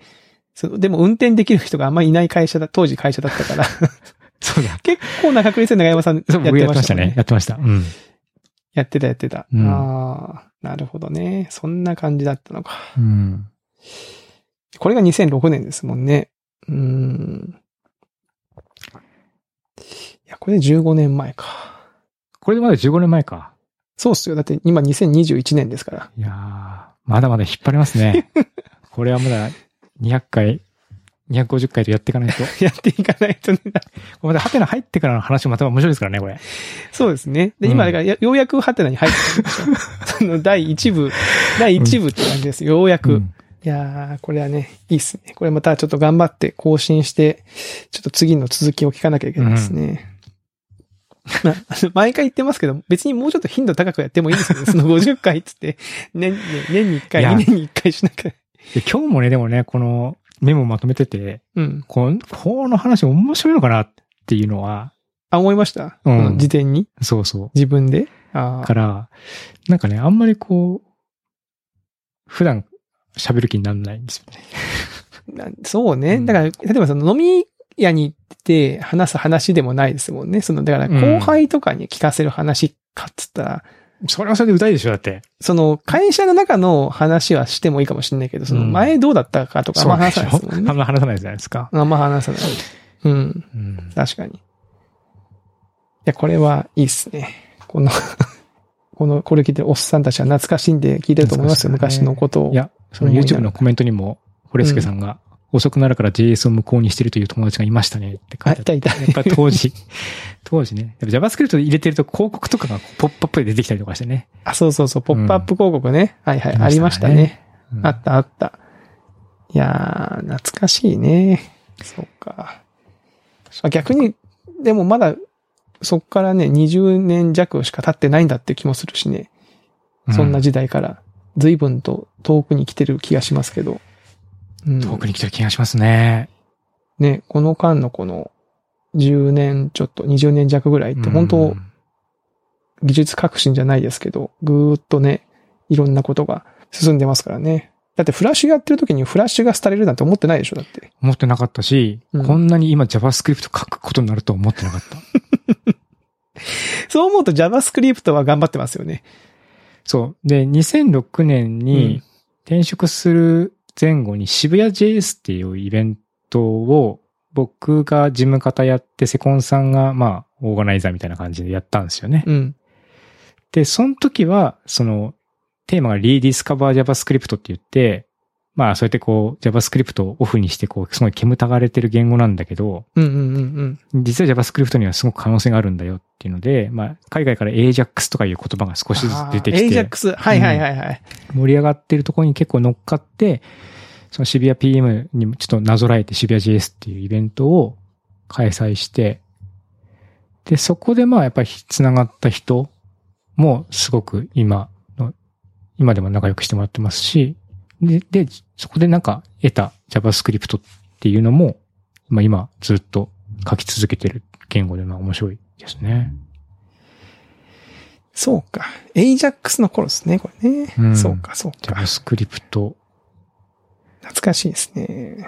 [SPEAKER 2] その、でも運転できる人があんまりいない会社だ、当時会社だった から、
[SPEAKER 1] そうだ。
[SPEAKER 2] 結構な確率で長山さんやっ
[SPEAKER 1] そ
[SPEAKER 2] て
[SPEAKER 1] う、
[SPEAKER 2] まし
[SPEAKER 1] 僕や
[SPEAKER 2] たもん
[SPEAKER 1] ってましたね。やってました。うん。
[SPEAKER 2] やってたやってた。
[SPEAKER 1] うん
[SPEAKER 2] ああ、なるほどね。そんな感じだったのか。
[SPEAKER 1] うん。
[SPEAKER 2] これが2006年ですもんね。うーん。いや、これで15年前か。
[SPEAKER 1] これでまだ15年前か。
[SPEAKER 2] そうっすよ。だって今2021年ですから。
[SPEAKER 1] いやー、まだまだ引っ張れます ね。これはまだ200回、250回とやっていかないと。
[SPEAKER 2] やっていかないとね。
[SPEAKER 1] まだハテナ入ってからの話もまた面白いですからね、これ。
[SPEAKER 2] そうですね。で、
[SPEAKER 1] うん
[SPEAKER 2] 今、だから、やようやくハテナに入ってたん ですよ。その第一部、第一部って感じです。ようやく。
[SPEAKER 1] うん
[SPEAKER 2] いやー、これはね、いいっすね。これまたちょっと頑張って更新して、ちょっと次の続きを聞かなきゃいけないですね。まああの毎回言ってますけど、別にもうちょっと頻度高くやってもいいですよね。その50回っつって、年、ね年に1回、
[SPEAKER 1] いや
[SPEAKER 2] 2年に1回しなきゃ。
[SPEAKER 1] で今日もね、でもね、このメモまとめてて、
[SPEAKER 2] うん。
[SPEAKER 1] この、この話面白いのかなっていうのは、
[SPEAKER 2] あ、思いました。
[SPEAKER 1] うん
[SPEAKER 2] この時点に
[SPEAKER 1] そうそう。
[SPEAKER 2] 自分で。あ
[SPEAKER 1] か
[SPEAKER 2] ー
[SPEAKER 1] ら、なんかね、あんまりこう、普段喋る気にならないんですよね。
[SPEAKER 2] なそうね。
[SPEAKER 1] うん
[SPEAKER 2] だから、例えばその飲み屋に行って話す話でもないですもんね。その、だから後輩とかに聞かせる話かっつったら、
[SPEAKER 1] それはそれで歌いでしょ、だって。
[SPEAKER 2] その、会社の中の話はしてもいいかもしれないけど、その
[SPEAKER 1] うん
[SPEAKER 2] 前どうだったかとか、あんま話さないですもん
[SPEAKER 1] あ
[SPEAKER 2] ね。
[SPEAKER 1] んま話さないじゃないですか。
[SPEAKER 2] あんま話さない。うん、
[SPEAKER 1] うん。
[SPEAKER 2] 確かに。いや、これはいいっすね。この、 この、これ聞いてるおっさんたちは懐かしんで聞いてると思いますよ、
[SPEAKER 1] 懐かしい
[SPEAKER 2] 昔
[SPEAKER 1] ね
[SPEAKER 2] のことを。
[SPEAKER 1] いや、その
[SPEAKER 2] 思いなが
[SPEAKER 1] YouTube
[SPEAKER 2] ら
[SPEAKER 1] のコメントにも、ホレスケさんが、遅くなるから JS を無効にしてるという友達がいましたねって書
[SPEAKER 2] あ、
[SPEAKER 1] いてあ
[SPEAKER 2] い
[SPEAKER 1] って。
[SPEAKER 2] たいた。
[SPEAKER 1] やっぱ当時、 当時ね。やっぱ JavaScript 入れてると広告とかがポップアップで出てきたりとかしてね。
[SPEAKER 2] あ、 そうそうそう、ポップアップ広告ね。はいはい、
[SPEAKER 1] あ
[SPEAKER 2] あ
[SPEAKER 1] り
[SPEAKER 2] り
[SPEAKER 1] ま
[SPEAKER 2] ま
[SPEAKER 1] し
[SPEAKER 2] したた
[SPEAKER 1] ね
[SPEAKER 2] ね。
[SPEAKER 1] うん
[SPEAKER 2] あったあった。いやー、懐かしいね。そうか。あ逆に、でもまだ、そっからね、20年弱しか経ってないんだって気もするしね。そんな時代から、随分と遠くに来てる気がしますけど。うん、
[SPEAKER 1] 遠くに来てる気がしますね。
[SPEAKER 2] ね、この間のこの、10年ちょっと、20年弱ぐらいって、本
[SPEAKER 1] う
[SPEAKER 2] 当
[SPEAKER 1] ん
[SPEAKER 2] 技術革新じゃないですけど、ぐーっとね、いろんなことが進んでますからね。だってフラッシュやってる時にフラッシュが廃れるなんて思ってないでしょだって。
[SPEAKER 1] 思ってなかったし、
[SPEAKER 2] うん
[SPEAKER 1] こんなに今 JavaScript 書くことになるとは思ってなかった。
[SPEAKER 2] そう思うと JavaScript は頑張ってますよね。
[SPEAKER 1] そう。で、2006年
[SPEAKER 2] う
[SPEAKER 1] に
[SPEAKER 2] ん
[SPEAKER 1] 転職する前後に渋谷 JS っていうイベントを僕が事務方やって、セコンさんがまあ、オーガナイザーみたいな感じでやったんですよね。
[SPEAKER 2] うん。
[SPEAKER 1] で、その時は、その、テーマが Rediscover JavaScript って言って、まあ、そうやってこう、JavaScript をオフにして、こう、すごい煙たがれてる言語なんだけど、
[SPEAKER 2] うんうんうん
[SPEAKER 1] 実は JavaScript にはすごく可能性があるんだよっていうので、まあ、海外から AJAX とかいう言葉が少しずつ出てきて。
[SPEAKER 2] あー AJAX。はいはいはいはい。
[SPEAKER 1] 盛り上がってるところに結構乗っかって、その渋谷 PM にもちょっとなぞらえて渋谷 JS っていうイベントを開催して、で、そこでまあやっぱり繋がった人もすごく今の、今でも仲良くしてもらってますし、で、で、そこでなんか得た JavaScript っていうのも、まあ今ずっと書き続けてる言語でまあ面白いですね。
[SPEAKER 2] そうか。AJAX の頃ですね、これね。
[SPEAKER 1] うん
[SPEAKER 2] そうか、そうか。
[SPEAKER 1] JavaScript。
[SPEAKER 2] 懐かしいですね。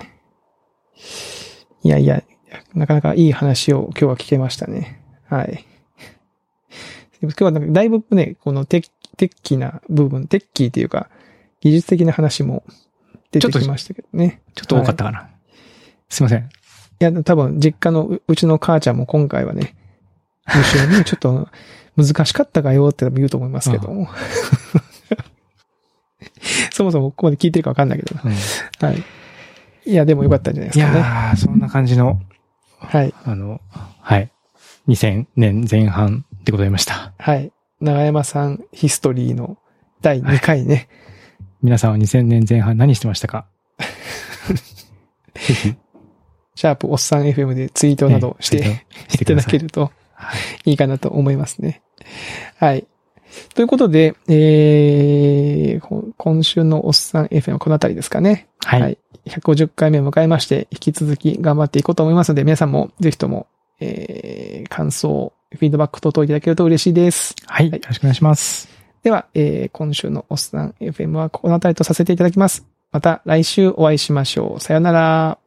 [SPEAKER 2] いやいや、なかなかいい話を今日は聞けましたね。はい。今日はなんかだいぶね、このテッテッキーな部分、テッキーというか、技術的な話も出てきましたけどね。
[SPEAKER 1] ちょっと多かったかな。すいません。
[SPEAKER 2] いや、多分、実家のううちの母ちゃんも今回はね、むしろね、ちょっと難しかったかよって多分言うと思いますけども。 そもそもここまで聞いてるかわかんないけどな。
[SPEAKER 1] うん
[SPEAKER 2] はい。いいや、でもよかったんじゃな
[SPEAKER 1] い
[SPEAKER 2] いですかね。
[SPEAKER 1] やー、そんな感じの、
[SPEAKER 2] はい。
[SPEAKER 1] あの、はい。2000年前半でございました。
[SPEAKER 2] はい。長山さんヒストリーの第2回ね。
[SPEAKER 1] 皆さんは2000年前半何してましたかぜひ、
[SPEAKER 2] シャープおっさん FM でツイート など して
[SPEAKER 1] して
[SPEAKER 2] い
[SPEAKER 1] く
[SPEAKER 2] た
[SPEAKER 1] だ
[SPEAKER 2] だ
[SPEAKER 1] さ
[SPEAKER 2] け
[SPEAKER 1] い。
[SPEAKER 2] るといいかなと思いますね。はい。ということで、えー、こ今週のおっさん FM はこのあたりですかね。
[SPEAKER 1] はい。
[SPEAKER 2] はい150回目を迎えまして、引き続き頑張っていこうと思いますので、皆さんもぜひとも、えー、感想、フィードバック等々いただけると嬉しいです。
[SPEAKER 1] はい。よろしくお願いします。
[SPEAKER 2] では、えー今週のおっさん FM はこのあたりとさせていただきます。また来週お会いしましょう。さよなら。